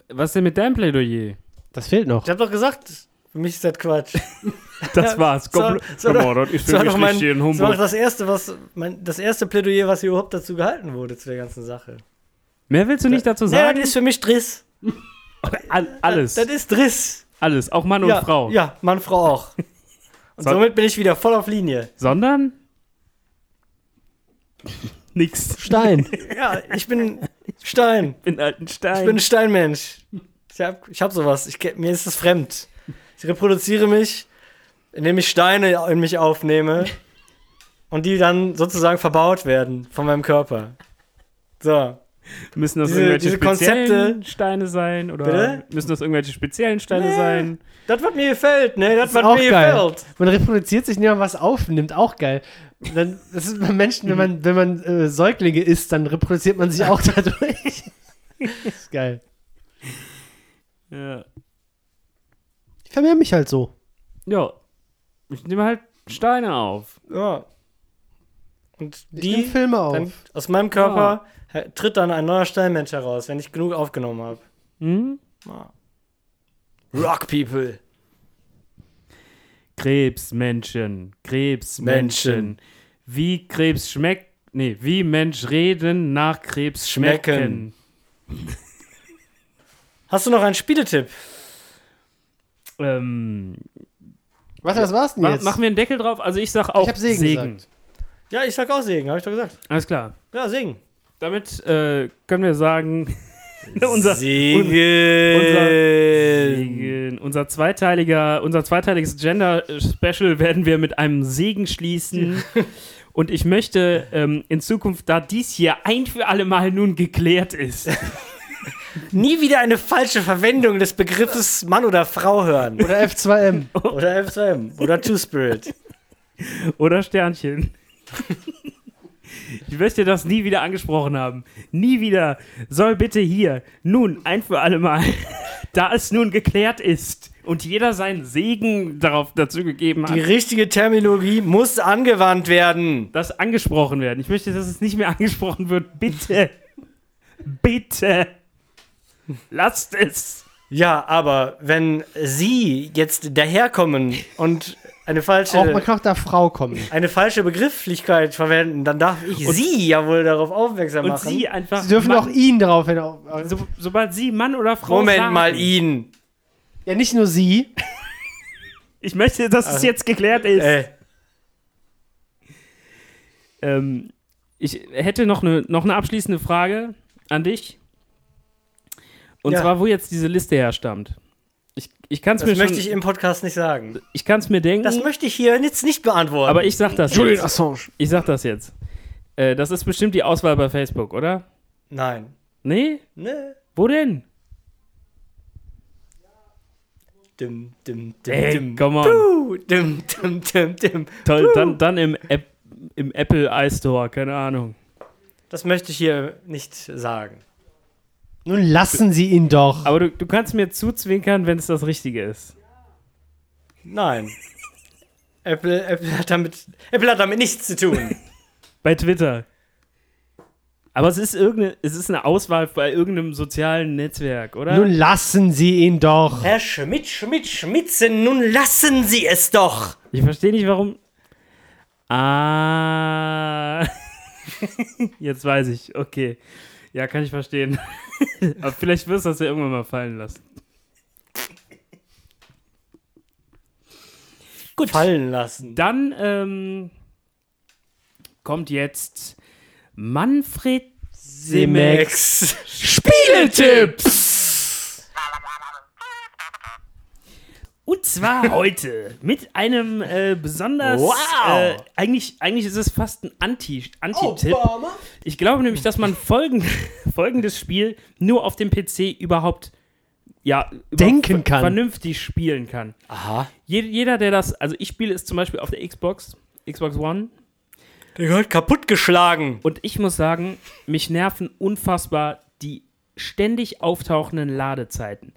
Speaker 2: Was denn mit deinem Plädoyer?
Speaker 5: Das fehlt noch.
Speaker 4: Ich habe doch gesagt, für mich ist das Quatsch.
Speaker 2: Das war's.
Speaker 4: so-
Speaker 2: Kompl-
Speaker 4: so-
Speaker 2: Come on, das ist
Speaker 4: Das war,
Speaker 2: wirklich
Speaker 4: doch mein,
Speaker 2: hier ein
Speaker 4: das war doch
Speaker 2: Humbug.
Speaker 4: das erste, was mein, das erste Plädoyer, was hier überhaupt dazu gehalten wurde zu der ganzen Sache.
Speaker 2: Mehr willst du nicht dazu
Speaker 4: Ja,
Speaker 2: sagen?
Speaker 4: das ist für mich Driss.
Speaker 2: Al- alles.
Speaker 4: Das ist Driss.
Speaker 2: alles. Auch Mann
Speaker 4: ja,
Speaker 2: und Frau.
Speaker 4: Ja, Mann, Frau auch. Und
Speaker 2: So-
Speaker 4: somit bin ich wieder voll auf Linie.
Speaker 2: Sondern? Nix.
Speaker 5: Stein.
Speaker 4: Ja, ich bin Stein.
Speaker 2: Ich bin alten Stein.
Speaker 4: Ich bin ein Steinmensch. Ich hab, ich hab sowas. Ich, ke- mir ist es fremd. Ich reproduziere mich, indem ich Steine in mich aufnehme und die dann sozusagen verbaut werden von meinem Körper. So.
Speaker 2: müssen das
Speaker 4: diese-
Speaker 2: irgendwelche
Speaker 4: diese
Speaker 2: speziellen
Speaker 4: Konzepte-
Speaker 2: Steine sein? Oder
Speaker 4: Bitte?
Speaker 2: müssen das irgendwelche speziellen Steine
Speaker 4: Nee.
Speaker 2: sein?
Speaker 4: Das, was mir gefällt, ne? Das,
Speaker 5: Das ist
Speaker 4: was
Speaker 5: auch
Speaker 4: mir
Speaker 5: geil.
Speaker 4: gefällt.
Speaker 5: Man reproduziert sich, indem man was aufnimmt. Auch geil. Dann, das ist bei Menschen, wenn man, wenn man äh, Säuglinge isst, dann reproduziert man sich auch dadurch. ist geil.
Speaker 2: Ja.
Speaker 5: Ich vermehre mich halt so.
Speaker 2: ja. Ich nehme halt Steine auf.
Speaker 4: Ja. Und
Speaker 5: Ich
Speaker 4: die
Speaker 5: nehm Filme auf.
Speaker 4: dann, aus meinem Körper her- tritt dann ein neuer Steinmensch heraus, wenn ich genug aufgenommen habe.
Speaker 2: Hm?
Speaker 4: Ja. Rock People.
Speaker 2: Krebsmenschen. Krebsmenschen.
Speaker 4: Menschen.
Speaker 2: Wie Krebs schmeckt. Nee, wie Mensch reden nach Krebs schmecken.
Speaker 4: Schmecken. Hast du noch einen Spieletipp?
Speaker 2: Ähm,
Speaker 5: Was, was war's denn
Speaker 2: ma
Speaker 5: jetzt?
Speaker 2: Machen wir einen Deckel drauf? Also ich sag auch
Speaker 5: ich hab Segen,
Speaker 2: Segen.
Speaker 5: gesagt.
Speaker 4: Ja, ich sag auch Segen, habe ich doch gesagt.
Speaker 2: Alles klar.
Speaker 4: Ja, Segen.
Speaker 2: Damit äh, können wir sagen, unser,
Speaker 4: Segen.
Speaker 2: Segen. Unser zweiteiliger, unser zweiteiliges Gender-Special werden wir mit einem Segen schließen. Und ich möchte ähm, in Zukunft, da dies hier ein für alle Mal nun geklärt ist,
Speaker 4: Nie wieder eine falsche Verwendung des Begriffes Mann oder Frau hören.
Speaker 5: Oder F2M.
Speaker 4: Oder FSM. Oder Two Spirit.
Speaker 2: oder Sternchen. Ich möchte das nie wieder angesprochen haben. Nie wieder soll bitte hier nun ein für alle Mal, da es nun geklärt ist und jeder seinen Segen darauf dazu gegeben hat.
Speaker 4: Die richtige Terminologie muss angewandt werden.
Speaker 2: das angesprochen werden. Ich möchte, dass es nicht mehr angesprochen wird. Bitte. Bitte. Lasst es.
Speaker 4: Ja, aber wenn Sie jetzt daherkommen und eine
Speaker 5: Auch man
Speaker 4: falsche,
Speaker 5: kann auch da Frau kommen.
Speaker 4: eine falsche Begrifflichkeit verwenden, dann darf ich Sie ja wohl darauf aufmerksam
Speaker 2: Und
Speaker 4: machen.
Speaker 2: sie einfach.
Speaker 5: Sie dürfen
Speaker 2: Mann,
Speaker 5: auch ihn drauf. hin- Also,
Speaker 2: So, sobald sie Mann oder Frau
Speaker 4: Moment
Speaker 2: sagen.
Speaker 4: mal, ihn.
Speaker 5: ja, nicht nur sie.
Speaker 2: Ich möchte, dass es jetzt geklärt ist.
Speaker 4: Äh,
Speaker 2: Ähm, ich hätte noch eine, noch eine abschließende Frage an dich. Und
Speaker 4: Ja.
Speaker 2: zwar, wo jetzt diese Liste herstammt. Ich, ich kann es mir
Speaker 4: das möchte
Speaker 2: schon-
Speaker 4: ich im Podcast nicht sagen.
Speaker 2: ich kann's mir denken,
Speaker 4: Das möchte ich hier jetzt nicht beantworten.
Speaker 2: aber ich sag das
Speaker 5: Julian
Speaker 2: jetzt.
Speaker 5: Assange.
Speaker 2: Ich sag das jetzt. Äh, das ist bestimmt die Auswahl bei Facebook, oder?
Speaker 4: Nein.
Speaker 2: Nee?
Speaker 4: Ne?
Speaker 2: Wo denn?
Speaker 4: Dim, dim, dim,
Speaker 2: Ey,
Speaker 4: dim.
Speaker 2: come on.
Speaker 4: Puh, dim, dim, dim, dim.
Speaker 2: Toll, dann, dann im, App, im Apple iStore, keine Ahnung.
Speaker 4: Das möchte ich hier nicht sagen.
Speaker 5: Nun lassen Sie ihn doch.
Speaker 2: Aber du, du kannst mir zuzwinkern, wenn es das Richtige ist.
Speaker 4: Nein. Apple, Apple, hat damit, Apple hat damit nichts zu tun.
Speaker 2: Bei Twitter. Aber es ist, irgendeine, es ist eine Auswahl bei irgendeinem sozialen Netzwerk, oder?
Speaker 5: Nun lassen Sie ihn doch.
Speaker 4: Herr Schmidt, Schmidt, Schmitzen, nun lassen Sie es doch.
Speaker 2: Ich verstehe nicht, warum. Ah. Jetzt weiß ich. Okay. Ja, kann ich verstehen. Aber vielleicht wirst du das ja irgendwann mal fallen lassen.
Speaker 4: Gut. Fallen lassen.
Speaker 2: Dann ähm, kommt jetzt Manfred Semek.
Speaker 4: Max.
Speaker 2: Spieletipps! Und zwar heute mit einem äh, besonders.
Speaker 4: Wow.
Speaker 2: Äh, eigentlich, eigentlich ist es fast ein Anti- Anti-Tipp.
Speaker 5: Oh,
Speaker 2: ich glaube nämlich, dass man folgen, folgendes Spiel nur auf dem PC überhaupt. Ja, überhaupt
Speaker 5: Denken
Speaker 2: ver-
Speaker 5: kann.
Speaker 2: Vernünftig spielen kann.
Speaker 4: Aha.
Speaker 2: Jed- Jeder, der das, also ich spiele es zum Beispiel auf der Xbox, Xbox One.
Speaker 4: Der gehört kaputtgeschlagen.
Speaker 2: Und ich muss sagen, mich nerven unfassbar die ständig auftauchenden Ladezeiten.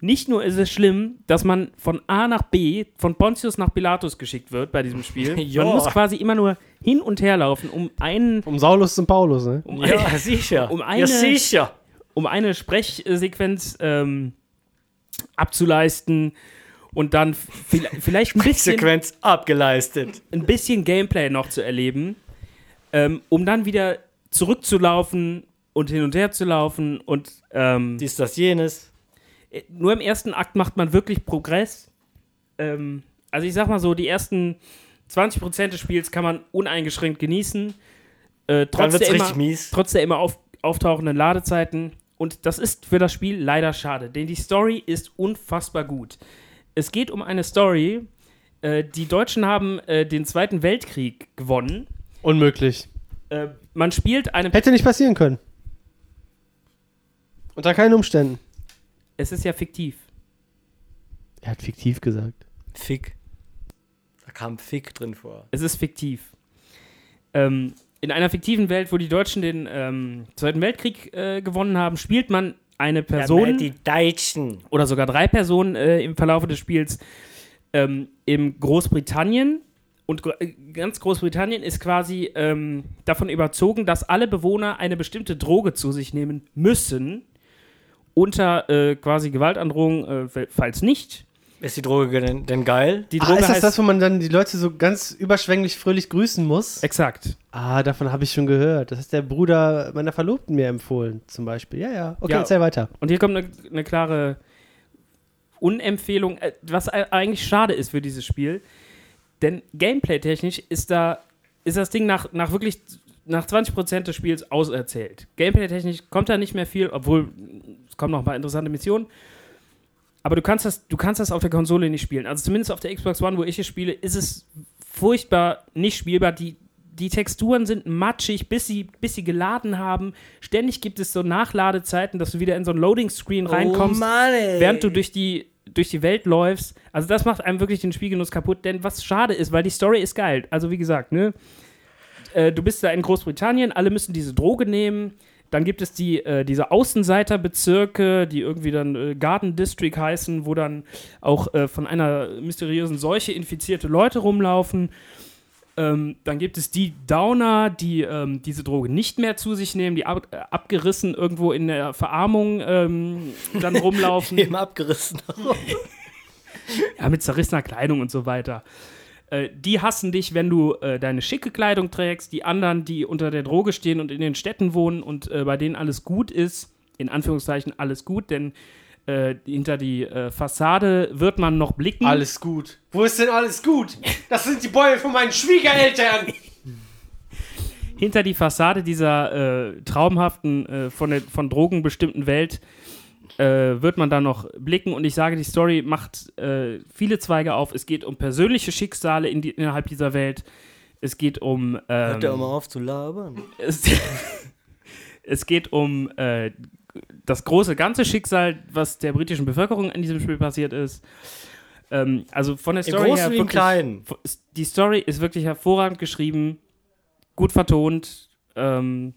Speaker 2: Nicht nur ist es schlimm, dass man von A nach B, von Pontius nach Pilatus geschickt wird bei diesem Spiel.
Speaker 4: Ja.
Speaker 2: Man muss quasi immer nur hin und her laufen, um einen,
Speaker 5: Um Saulus zum Paulus, ne?
Speaker 2: um,
Speaker 4: Ja,
Speaker 2: eine,
Speaker 4: sicher.
Speaker 2: Um
Speaker 4: ja,
Speaker 2: eine-
Speaker 4: sicher.
Speaker 2: um eine Sprechsequenz ähm, abzuleisten und dann vi- vielleicht ein bisschen
Speaker 4: Sequenz abgeleistet.
Speaker 2: ein bisschen Gameplay noch zu erleben, ähm, um dann wieder zurückzulaufen und hin und her zu laufen. Und ähm,
Speaker 4: Dies, das, jenes.
Speaker 2: äh, nur im ersten Akt macht man wirklich Progress. Ähm, also ich sag mal so, die ersten 20% des Spiels kann man uneingeschränkt genießen. Äh,
Speaker 4: Dann
Speaker 2: trotz,
Speaker 4: wird's
Speaker 2: der
Speaker 4: richtig
Speaker 2: immer,
Speaker 4: mies.
Speaker 2: trotz der immer auf, auftauchenden Ladezeiten. Und das ist für das Spiel leider schade, denn die Story ist unfassbar gut. Es geht um eine Story. Äh, die Deutschen haben äh, den Zweiten Weltkrieg gewonnen.
Speaker 5: Unmöglich.
Speaker 2: Äh, man spielt eine
Speaker 5: Hätte nicht passieren können. Unter keinen Umständen.
Speaker 2: Es ist ja fiktiv.
Speaker 5: Er hat fiktiv gesagt.
Speaker 4: Fick. Da kam Fick drin vor.
Speaker 2: Es ist fiktiv. Ähm, in einer fiktiven Welt, wo die Deutschen den ähm, Zweiten Weltkrieg äh, gewonnen haben, spielt man eine Person
Speaker 4: die Deutschen.
Speaker 2: oder sogar drei Personen äh, im Verlauf des Spiels ähm, in Großbritannien. Und gro- äh, ganz Großbritannien ist quasi ähm, davon überzogen, dass alle Bewohner eine bestimmte Droge zu sich nehmen müssen, unter äh, quasi Gewaltandrohung, äh, falls nicht.
Speaker 4: Ist die Droge denn, denn geil? Oh,
Speaker 2: Die
Speaker 5: Ah,
Speaker 2: Droge
Speaker 5: ist das
Speaker 2: heißt-
Speaker 5: das, wo man dann die Leute so ganz überschwänglich fröhlich grüßen muss?
Speaker 2: Exakt.
Speaker 5: Ah, davon habe ich schon gehört. Das hat der Bruder meiner Verlobten mir empfohlen, zum Beispiel. Ja, ja. Okay,
Speaker 2: Ja.
Speaker 5: erzähl weiter.
Speaker 2: Und hier kommt eine, eine klare Unempfehlung, äh, was e- eigentlich schade ist für dieses Spiel. Denn gameplay-technisch ist da ist das Ding nach, nach wirklich nach 20% des Spiels auserzählt. Gameplay-technisch kommt da nicht mehr viel, obwohl mh, es kommen noch ein paar interessante Missionen. Aber du kannst, das, du kannst das auf der Konsole nicht spielen. Also zumindest auf der Xbox One, wo ich es spiele, ist es furchtbar nicht spielbar. Die, die Texturen sind matschig, bis sie, bis sie geladen haben. Ständig gibt es so Nachladezeiten, dass du wieder in so ein Loading-Screen reinkommst
Speaker 4: Mann, ey.
Speaker 2: während du durch die, durch die Welt läufst. Also das macht einem wirklich den Spielgenuss kaputt. Denn was schade ist, weil die Story ist geil. Also wie gesagt, ne? Äh, du bist da in Großbritannien, alle müssen diese Droge nehmen. Dann gibt es die, äh, diese Außenseiterbezirke, die irgendwie dann äh, Garden District heißen, wo dann auch äh, von einer mysteriösen Seuche infizierte Leute rumlaufen. Ähm, dann gibt es die Downer, die ähm, diese Droge nicht mehr zu sich nehmen, die ab, äh, abgerissen irgendwo in der Verarmung ähm, dann rumlaufen.
Speaker 4: Eben abgerissen.
Speaker 2: Ja, mit zerrissener Kleidung und so weiter. Äh, die hassen dich, wenn du äh, deine schicke Kleidung trägst. Die anderen, die unter der Droge stehen und in den Städten wohnen und äh, bei denen alles gut ist, in Anführungszeichen alles gut, denn äh, hinter die äh, Fassade wird man noch blicken.
Speaker 5: Hm. gut. Wo ist denn alles gut? Das sind die Bäume von meinen Schwiegereltern.
Speaker 2: hinter die Fassade dieser äh, traumhaften, äh, von, der, von Drogen bestimmten Welt äh, wird man da noch blicken. Und ich sage, die Story macht äh, viele Zweige auf. Es geht um persönliche Schicksale in die, innerhalb dieser Welt. Es geht um. Ähm,
Speaker 4: Hört ja immer auf zu labern.
Speaker 2: es, es geht um äh, das große ganze Schicksal, was der britischen Bevölkerung in diesem Spiel passiert ist. Ähm, also von der
Speaker 4: Im
Speaker 2: Story
Speaker 4: Großen
Speaker 2: her
Speaker 4: wie im
Speaker 2: wirklich,
Speaker 4: Kleinen.
Speaker 2: die Story ist wirklich hervorragend geschrieben, gut vertont, ähm,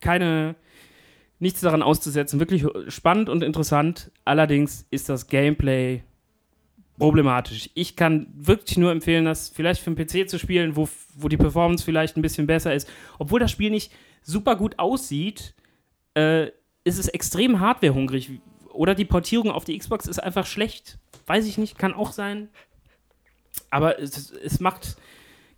Speaker 2: keine, nichts daran auszusetzen, wirklich spannend und interessant. Allerdings ist das Gameplay problematisch. Ich kann wirklich nur empfehlen, das vielleicht für den PC zu spielen, wo, wo die Performance vielleicht ein bisschen besser ist. Obwohl das Spiel nicht super gut aussieht, äh, ist es extrem hardwarehungrig. Oder die Portierung auf die Xbox ist einfach schlecht. Weiß ich nicht, kann auch sein. Aber es, es macht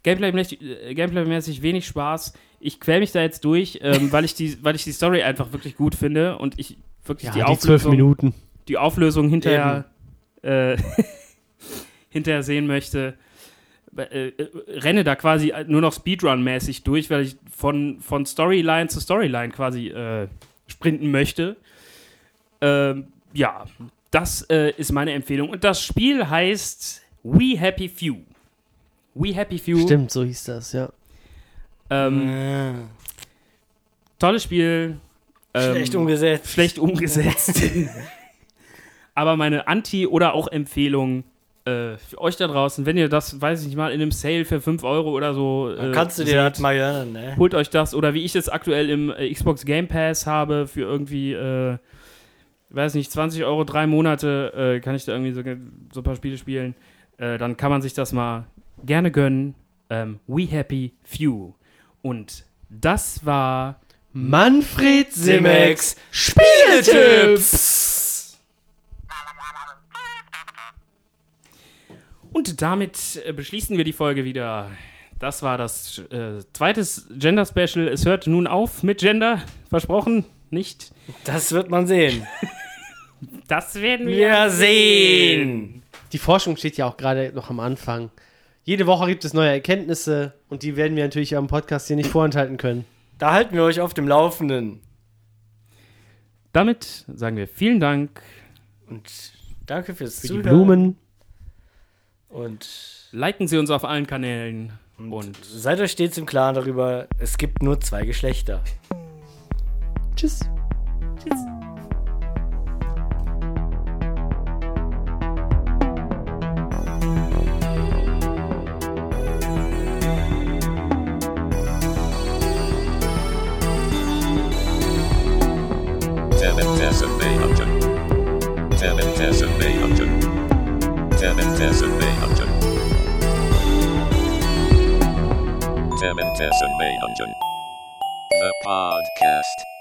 Speaker 2: gameplaymäßig äh, gameplaymäßig wenig Spaß. Ich quäl mich da jetzt durch, ähm, weil, ich die, weil ich die Story einfach wirklich gut finde und ich wirklich
Speaker 5: Ja,
Speaker 2: die,
Speaker 5: die,
Speaker 2: Auflösung
Speaker 5: zwölf Minuten.
Speaker 2: die Auflösung hinterher, äh, hinterher sehen möchte, äh, äh, renne da quasi nur noch Speedrun-mäßig durch, weil ich von, von Storyline zu Storyline quasi äh, sprinten möchte. Ähm, ja, das äh, ist meine Empfehlung. Und das Spiel heißt We Happy Few. We Happy Few.
Speaker 5: Stimmt, so hieß das, ja.
Speaker 2: Ähm,
Speaker 4: Ja.
Speaker 2: tolles Spiel. Ähm,
Speaker 4: Schlecht umgesetzt.
Speaker 2: schlecht umgesetzt. Aber meine Anti- oder auch Empfehlung äh, für euch da draußen, wenn ihr das, weiß ich nicht mal, in einem Sale für 5 Euro oder so.
Speaker 4: Dann
Speaker 2: äh,
Speaker 4: kannst du dir
Speaker 2: seht,
Speaker 4: das mal gönnen, ne?
Speaker 2: Holt euch das oder wie ich es aktuell im äh, Xbox Game Pass habe für irgendwie, äh, weiß nicht, 20 Euro drei Monate äh, kann ich da irgendwie so, so ein paar Spiele spielen. Äh, dann kann man sich das mal gerne gönnen. Ähm, We Happy Few. Und das war
Speaker 5: Manfred
Speaker 4: Simex
Speaker 5: Spieletipps.
Speaker 2: Und damit äh, beschließen wir die Folge wieder. Das war das äh, zweite Gender-Special. Es hört nun auf mit Gender. Versprochen, nicht.
Speaker 4: Das wird man sehen.
Speaker 2: Das werden wir.
Speaker 4: Wir sehen.
Speaker 5: Die Forschung steht ja auch gerade noch am Anfang. Jede Woche gibt es neue Erkenntnisse und die werden wir natürlich am Podcast hier nicht vorenthalten können.
Speaker 4: Da halten wir euch auf dem Laufenden.
Speaker 2: Damit sagen wir vielen Dank.
Speaker 4: Und danke fürs
Speaker 5: Für die
Speaker 4: Zuhören.
Speaker 5: Blumen.
Speaker 4: Und,
Speaker 2: Liken Sie uns auf allen Kanälen.
Speaker 4: und,
Speaker 2: Und
Speaker 4: seid euch stets im Klaren darüber, es gibt nur zwei Geschlechter.
Speaker 5: Tschüss.
Speaker 1: Temin Tesin Beyhancı. Temin Tesin Beyhancı. Temin Tesin Beyhancı. Temin Tesin Beyhancı. The podcast.